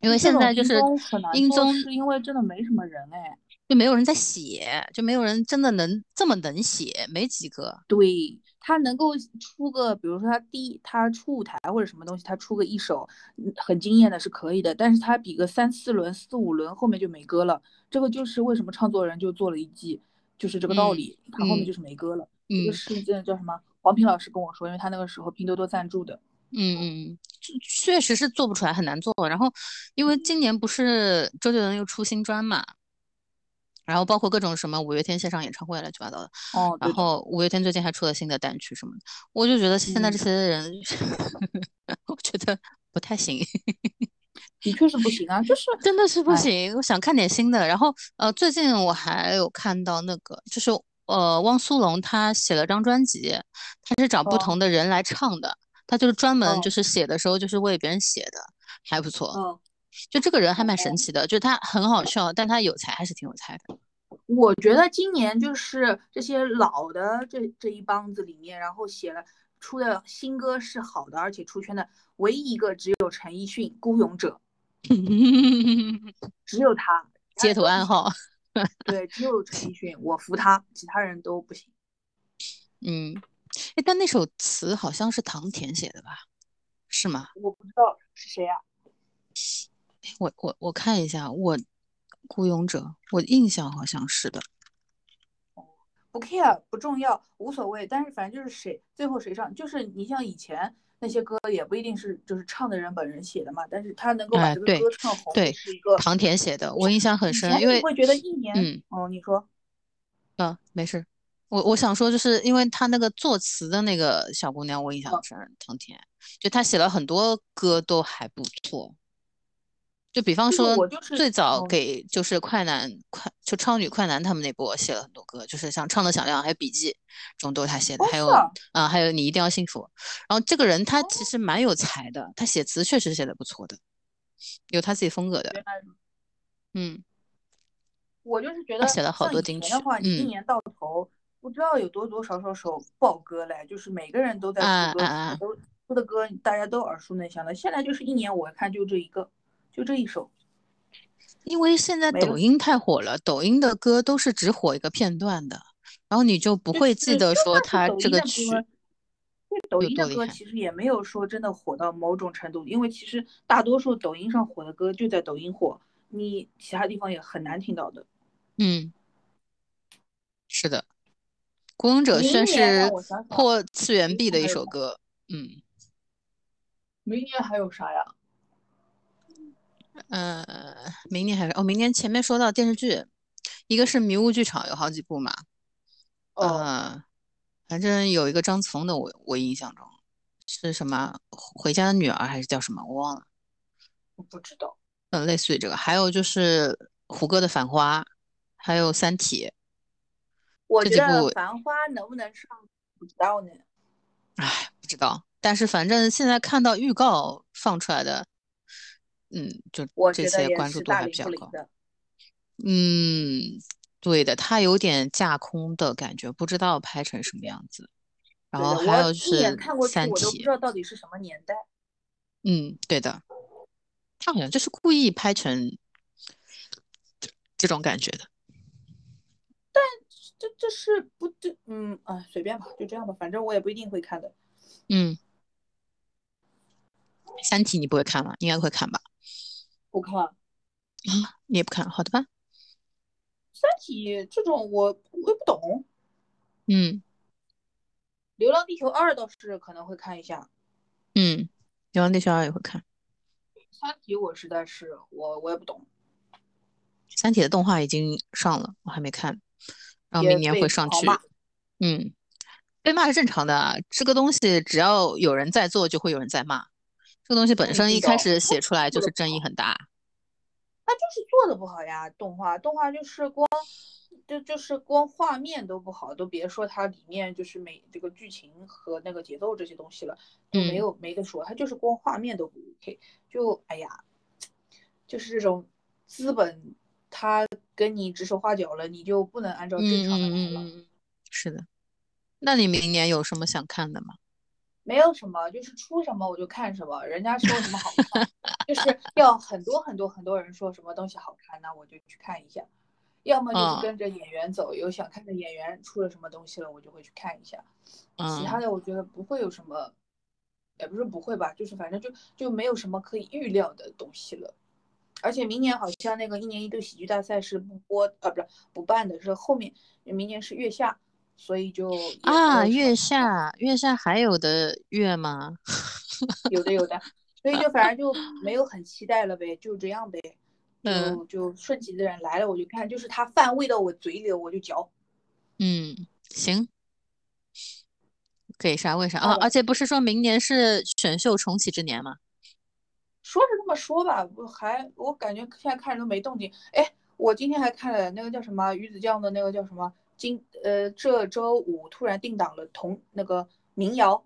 S1: 因
S2: 就
S1: 为
S2: 这
S1: 现
S2: 种
S1: 在就
S2: 英
S1: 是
S2: 综很难
S1: 英
S2: 做，
S1: 综
S2: 是因为真的没什么人哎。
S1: 就没有人在写，就没有人真的能这么能写，没几个。
S2: 对，他能够出个，比如说他第一，他出舞台或者什么东西，他出个一首，嗯很惊艳的是可以的，但是他比个三四轮、四五轮，后面就没歌了。这个就是为什么创作人就做了一季，就是这个道
S1: 嗯
S2: 理，他后面
S1: 嗯
S2: 就是没歌了。这个
S1: 嗯
S2: 事件叫什么？黄平老师跟我说，因为他那个时候拼多多赞助的，
S1: 嗯嗯，确确实是做不出来，很难做。然后，因为今年不是周杰伦又出新专嘛，然后包括各种什么五月天线上演唱会乱七八糟的，
S2: 哦，
S1: 然
S2: 对的，
S1: 后五月天最近还出了新的单曲什么的，我就觉得现在这
S2: 嗯，
S1: 些人 我觉得不太 行。
S2: 的确是不行啊，就是，
S1: 真的是不
S2: 哎，
S1: 行，我想看点新的。然后，呃，最近我还有看到那个，就是呃，汪苏泷他写了张专辑，他是找不
S2: 哦
S1: 同的人来唱的，他就是专门就
S2: 哦
S1: 是写的时候就是为别人写的，还不错。
S2: 哦
S1: 就这个人还蛮神
S2: 哦，
S1: 奇的，就是他很好笑，但他有才，还是挺有才 的。
S2: 我觉得今年就是这些老的这这一帮子里面，然后写了出的新歌是好的，而且出圈的唯一一个只有陈奕迅《孤勇者》，只有他，其他
S1: 街
S2: 人
S1: 头
S2: 都不
S1: 暗
S2: 行。
S1: 号，
S2: 对，只有陈奕迅，我服他，其他人都不行。
S1: 嗯，诶，但那首词好像是唐田写的吧？是吗？
S2: 我不知道是谁啊？
S1: 我我我看一下，我《孤勇者》，我印象好像是的。
S2: 不 care 不重要无所谓，但是反正就是谁最后谁上，就是你像以前那些歌也不一定是就是唱的人本人写的嘛，但是他能够把
S1: 哎
S2: 这个
S1: 对
S2: 歌唱红，
S1: 对
S2: 是一个
S1: 唐田写的，我印象很
S2: 呃以
S1: 深，
S2: 前
S1: 因
S2: 你
S1: 为
S2: 会觉得一年
S1: 嗯
S2: 哦，你说
S1: 啊，没事。我我想说，就是因为她那个作词的那个小姑娘，我印
S2: 嗯
S1: 象很深，唐田，就她写了很多歌都还不错。就比方
S2: 这
S1: 说
S2: 个我，就是
S1: 最早
S2: 嗯
S1: 给就是快男快就超女快男他们那波写了很多歌，就是像《唱的响亮》还有《笔记》这种都是他写的，
S2: 哦
S1: 还
S2: 是
S1: 有
S2: 啊哦
S1: 啊、还有你一定要幸福。然后这个人他其实蛮有才的，他写词确实写的不错的，有他自己风格的。
S2: 原来
S1: 嗯，
S2: 我就是觉
S1: 他
S2: 得
S1: 写了好
S2: 像
S1: 多
S2: 以
S1: 金
S2: 前
S1: 曲
S2: 的。话，你一
S1: 嗯，
S2: 年到头不知道有多多少少首爆歌嘞，就是每个人都在出
S1: 啊
S2: 歌
S1: 啊
S2: 词，
S1: 啊！
S2: 都出的歌大家都耳熟能详的。现在就是一年，我看就这一个，就这一首
S1: 因为现在
S2: 没了。
S1: 抖音太火了，抖音的歌都是只火一个片段的，然后你就不
S2: 就是
S1: 会记得
S2: 就
S1: 说
S2: 算是
S1: 他
S2: 抖
S1: 这
S2: 音
S1: 个
S2: 的歌
S1: 曲，
S2: 对抖
S1: 有
S2: 音的
S1: 多厉
S2: 歌
S1: 害。
S2: 其实也没有说真的火到某种程度，因为其实大多数抖音上火的歌就在抖音火，你其他地方也很难听到的。
S1: 嗯，是的。《孤勇者
S2: 明
S1: 炫》
S2: 年让
S1: 是
S2: 我想 想，
S1: 破次元
S2: 明
S1: 壁
S2: 年
S1: 的一
S2: 还有
S1: 首
S2: 啥？
S1: 歌，嗯
S2: 明年还有啥呀？
S1: 呃，明年还是哦，明年前面说到电视剧，一个是迷雾剧场有好几部嘛，
S2: 哦，
S1: 呃，反正有一个张子枫的我，我印象中是什么回家的女儿还是叫什么，我忘了，
S2: 我不知道。
S1: 嗯，类似于这个，还有就是胡歌的《繁花》，还有《三体》
S2: 我
S1: 这
S2: 觉
S1: 几
S2: 得
S1: 部，
S2: 《繁花》能不能上，不知道呢。
S1: 唉，不知道，但是反正现在看到预告放出来的，嗯，就
S2: 我
S1: 这
S2: 觉得
S1: 些
S2: 也
S1: 关注
S2: 是
S1: 度
S2: 大
S1: 还比
S2: 名
S1: 较
S2: 不灵
S1: 高。
S2: 的。
S1: 嗯，对的，它有点架空的感觉，不知道拍成什么样子。然
S2: 对
S1: 后
S2: 的，
S1: 还
S2: 我
S1: 有就
S2: 一眼
S1: 是
S2: 看过去，
S1: 《三
S2: 我都不
S1: 体》，
S2: 知道到底是什么年代。
S1: 嗯，对的，它好像就是故意拍成这种感觉的。
S2: 这这是不这嗯啊，随便吧，就这样吧，反正我也不一定会看的。
S1: 嗯，《三体》你不会看吗？应该会看吧？
S2: 不看《三
S1: 你也不看，好的吧？
S2: 体》这种我我也不懂，
S1: 嗯
S2: 《流浪地球二》倒是可能会看一下，
S1: 嗯，《流浪地球二》也会看，
S2: 《三体》我实在是我我也不懂，
S1: 《三体》的动画已经上了，我还没看，然后
S2: 也
S1: 明年
S2: 被
S1: 会上
S2: 狂骂。
S1: 去。嗯，被骂是正常的啊，这个东西只要有人在做，就会有人在骂。这个东西本
S2: 嗯，
S1: 身
S2: 不
S1: 一开
S2: 懂，
S1: 始
S2: 他
S1: 写
S2: 就
S1: 出
S2: 是
S1: 来就
S2: 做的
S1: 是
S2: 不
S1: 争议
S2: 好，
S1: 很大。
S2: 他就是做的不好呀。动画，动画就是光，就就是光画面都不好，都别说它里面就是每这个剧情和那个节奏这些东西了，都没
S1: 嗯，
S2: 有没得说，它就是光画面都不 OK，就哎呀，就是这种资本，他跟你指手画脚了，你就不能按
S1: 嗯
S2: 照正常的来了。
S1: 嗯嗯嗯嗯，是的。那你明年有什么想看的吗？
S2: 没有什么，就是出什么我就看什么，人家说什么好看，就是要很多很多很多人说什么东西好看，那我就去看一下。要么就是
S1: 嗯
S2: 跟着演员走，有想看的演员出了什么东西了，我就会去看一下。其他
S1: 嗯
S2: 的我觉得不会有什么，也不是不会吧，就是反正就就没有什么可以预料的东西了。而且明年好像那个一年一度喜剧大赛是不播，啊，不是不办的，是后面明年是月下，所以就也没
S1: 啊，
S2: 有什么
S1: 月
S2: 好看。
S1: 下，月下还有的月吗？
S2: 有的有的，所以就反正就没有很期待了呗，就这样呗，
S1: 嗯
S2: 就就顺其自然来了我就看，就是它饭喂到我嘴里了我就嚼，
S1: 嗯，行，给啥为啥啊？
S2: 那我
S1: 而且不是说明年是选秀重启之年吗？
S2: 说是这么说吧，我还我感觉现在看着都没动静。哎，我今天还看了那个叫什么鱼子酱的那个叫什么今呃这周五突然定档了同那个民谣，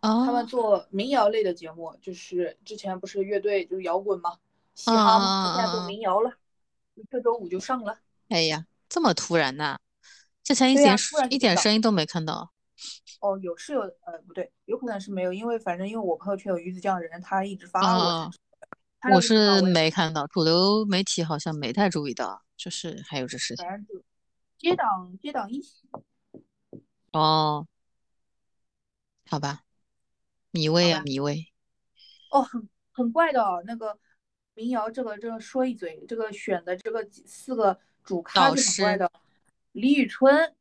S2: 他们
S1: 哦，
S2: 做民谣类的节目，就是之前不是乐队就是摇滚嘛，
S1: 嗯
S2: 嘻哈嘛，他现在
S1: 嗯
S2: 做
S1: 嗯嗯，
S2: 民谣了，这周五就上了。
S1: 哎呀，这么突然呐、之前一
S2: 对
S1: 点
S2: 呀、突
S1: 声
S2: 然
S1: 一
S2: 就定
S1: 点
S2: 档。
S1: 声音都没看到。
S2: 哦，有是有，呃，不对，有可能是没有，因为反正因为我朋友圈有鱼子酱的人，他一直发，我是
S1: 哦，
S2: 他
S1: 我
S2: 要一直发，
S1: 是
S2: 我也
S1: 没看到，主流媒体好像没太注意到，就是还有这事情。
S2: 反正就接档接档一起，
S1: 哦，好吧，米
S2: 好
S1: 未啊，
S2: 吧？
S1: 米未，
S2: 哦，很很怪的哦，那个民谣这个这个说一嘴，这个选的这个几四个主咖
S1: 导
S2: 就很怪
S1: 师，
S2: 的，李宇春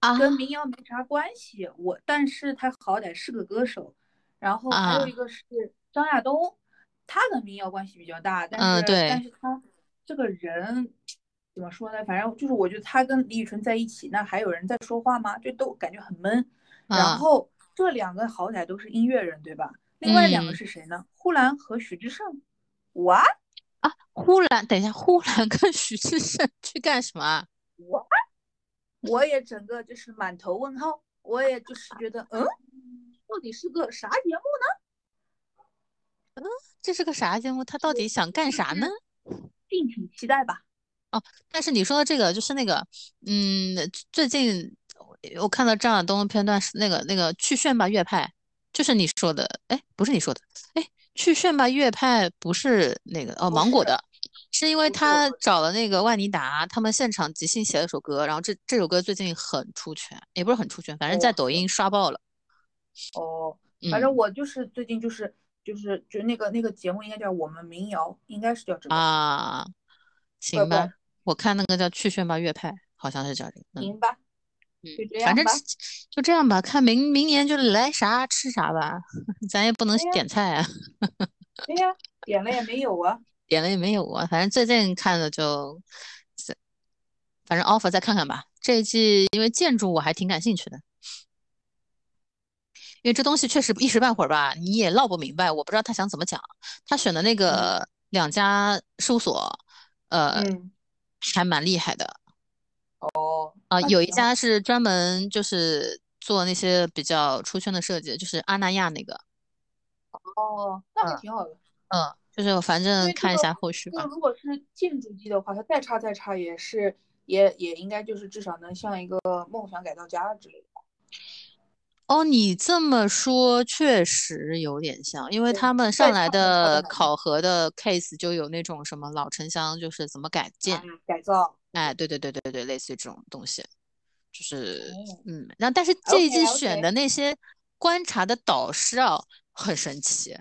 S1: 啊
S2: 跟民谣没啥关系，我但是他好歹是个歌手。然后还有
S1: 啊
S2: 一个是张亚东，他跟民谣关系比较大，但
S1: 嗯
S2: 是、
S1: 对
S2: 但是他这个人怎么说呢？反正就是我觉得他跟李宇春在一起，那还有人在说话吗？就都感觉很闷。然
S1: 啊
S2: 后这两个好歹都是音乐人，对吧？另外两个
S1: 嗯
S2: 是谁呢？呼兰和许志胜。哇
S1: 啊！忽然，等一下，忽然跟徐志胜 去干什么啊？
S2: 哇！我也整个就是满头问号，我也就是觉得，嗯，到底是个啥节目呢？
S1: 这是个啥节目？他到底想干啥呢？
S2: 敬请期待吧。
S1: 但是你说的这个就是那个，嗯，最近我看到张亚东的片段是那个那个去炫吧乐派，就是你说的，哎，不是你说的，哎，去炫吧乐派不是那个哦
S2: 不
S1: 芒果
S2: 是
S1: 的，是因为
S2: 不是
S1: 他
S2: 我
S1: 找了那个万妮达，他们现场即兴写了首歌，然后这这首歌最近很出圈，也不是很出圈，反正在
S2: 哦
S1: 抖音刷爆了。
S2: 哦，
S1: 嗯
S2: 反正我就是最近就是就是就那个那个节目应该叫《我们民谣》，应该是叫这个。
S1: 啊，
S2: 乖
S1: 行
S2: 乖
S1: 吧，我看那个叫去炫吧乐派，好像是叫这个，嗯。
S2: 行吧，
S1: 嗯，
S2: 就这
S1: 反
S2: 样
S1: 正
S2: 吧。
S1: 是就这样吧，看明明年就来啥吃啥吧， 咱也不能
S2: 对呀
S1: 点菜啊，
S2: 对呀，点了也没有啊。
S1: 点了也没有啊。反正最近看的就，这反正 offer 再看看吧。这一季因为建筑我还挺感兴趣的，因为这东西确实一时半会儿吧，你也闹不明白，我不知道他想怎么讲。他选
S2: 嗯
S1: 的那个两家事务所，呃，
S2: 嗯，
S1: 还蛮厉害的。
S2: 哦，
S1: 啊，
S2: 那
S1: 有一
S2: 挺好。
S1: 家是专门就是做那些比较出圈的设计，就是阿那亚那个，
S2: 哦，那还
S1: 嗯
S2: 挺好的。
S1: 嗯，就是反正
S2: 对这
S1: 看一
S2: 个
S1: 下后续
S2: 这个
S1: 吧。
S2: 如果是建筑系的话，它再差再差也是也也应该就是至少能像一个梦想改造家之类的。
S1: 哦，你这么说确实有点像，因为
S2: 对，
S1: 他们上
S2: 再
S1: 来
S2: 差再差在
S1: 的
S2: 哪里？
S1: 考核的 case 就有那种什么老城乡，就是怎么改
S2: 啊，
S1: 建，
S2: 改造。
S1: 哎，对对对对对，类似于这种东西，就是
S2: 哦
S1: 嗯，然后但是这一
S2: ，OK
S1: 季选
S2: OK，
S1: 的那些观察的导师啊，很神奇。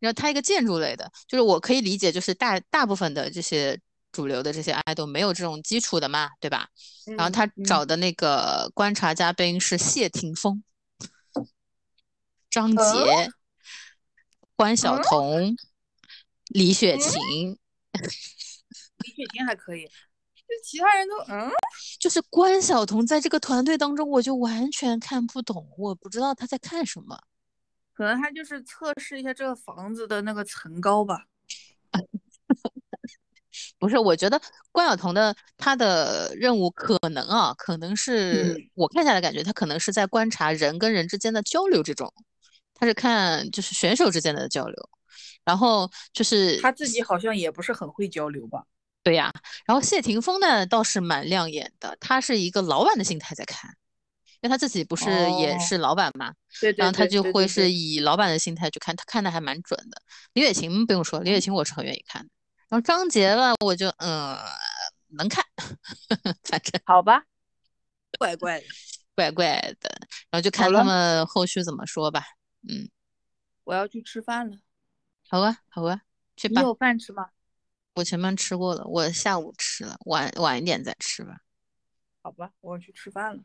S1: 然后他一个建筑类的，就是我可以理解，就是大大部分的这些主流的这些 idol 没有这种基础的嘛，对吧？然后
S2: 嗯
S1: 他
S2: 嗯，
S1: 找的那个观察嘉宾是谢霆锋、张
S2: 嗯
S1: 杰、关晓
S2: 嗯
S1: 彤、李雪
S2: 嗯，
S1: 琴，
S2: 李雪琴还可以，就其他人都嗯。
S1: 就是关晓彤在这个团队当中，我就完全看不懂，我不知道她在看什么。
S2: 可能他就是测试一下这个房子的那个层高吧。
S1: 不是，我觉得关晓彤的她的任务可能啊，可能是
S2: 嗯，
S1: 我看下来感觉她可能是在观察人跟人之间的交流这种，她是看就是选手之间的交流，然后就是
S2: 他自己好像也不是很会交流吧？
S1: 对呀、然后谢霆锋呢倒是蛮亮眼的，他是一个老板的心态在看，因为他自己不是也
S2: 哦，
S1: 是老板嘛，
S2: 对
S1: 然
S2: 对
S1: 后他
S2: 对
S1: 就
S2: 对
S1: 会
S2: 对
S1: 是
S2: 对，
S1: 以老板的心态去看，他看的还蛮准的。李雪琴不用说，李雪
S2: 嗯，
S1: 琴我是很愿意看的。然后张杰吧，我就嗯能看，反正
S2: 好吧，怪怪的。
S1: 怪怪的，然后就
S2: 好
S1: 看他
S2: 了，
S1: 们后续怎么说吧。嗯，
S2: 我要去吃饭了。
S1: 好啊，好啊，去
S2: 你
S1: 吧。
S2: 有饭吃吗？
S1: 我前面吃过了，我下午吃了，晚晚一点再吃吧。
S2: 好吧，我要去吃饭了。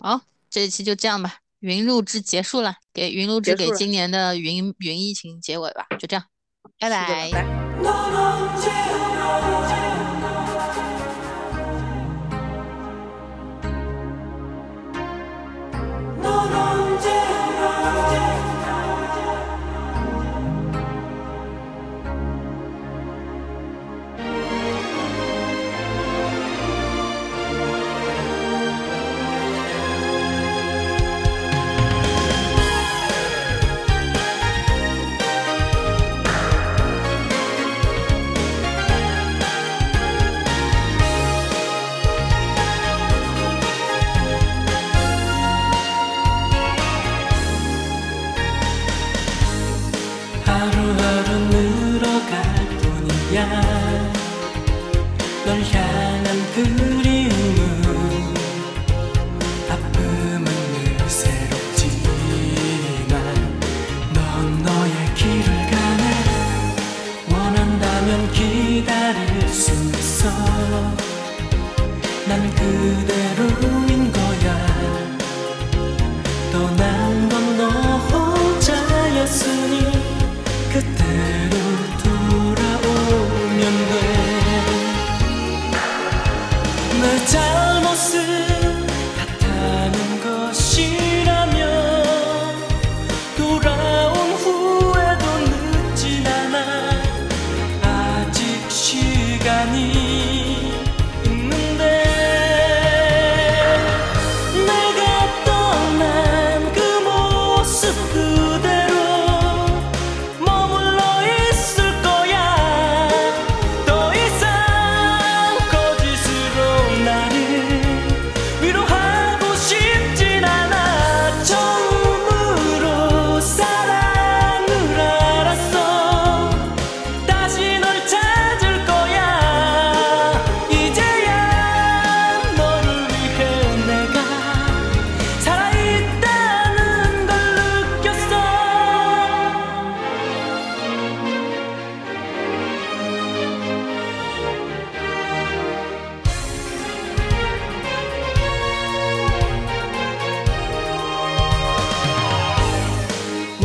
S1: 好，这一期就这样吧，云录制结束了，给云录制
S2: 结
S1: 给
S2: 束了，
S1: 今年的云云疫情结尾吧，就这样，拜
S2: 是的，
S1: 拜。
S2: 拜拜。
S3: 하루하루 늘어갈 뿐이야 널 향한 그리움은 아픔은 늘 새롭지만 넌 너의 길을 가네 원한다면 기다릴 수 있어 나 그대로인 거야 떠난 건 너 혼자였으니 그대로 돌아오면 돼내 잘못은 같다는 것이라면 돌아온 후에도 늦진 않아 아직 시간이 있는데 내가 떠난 그 모습 그대로 머물러 있을 거야 더 이상 거짓으로 나를 위로하고 싶진 않아 처음으로 사랑을 알았어 다시 널 찾을 거야 이제야 너를 위해 내가 살아있다는 걸 느꼈어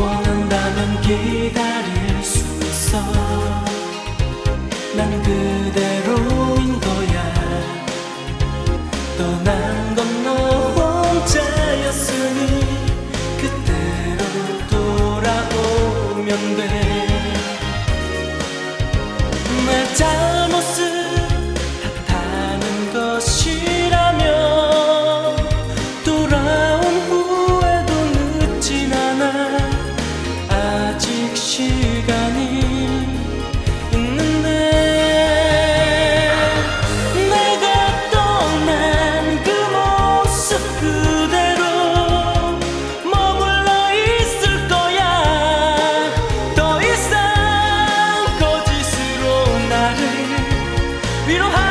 S3: 원한다면 기다릴 수 있어 난 그대로인 거야 떠난 건 너 혼자였으니 그대로 돌아오면 돼내 잘못은 탓하는 것이라면 돌아온 후에도 늦진 않아 아직 시간이 있는데 내가 떠난 그 모습 그대로 머물러 있을 거야 더 이상 거짓으로 나를 위로하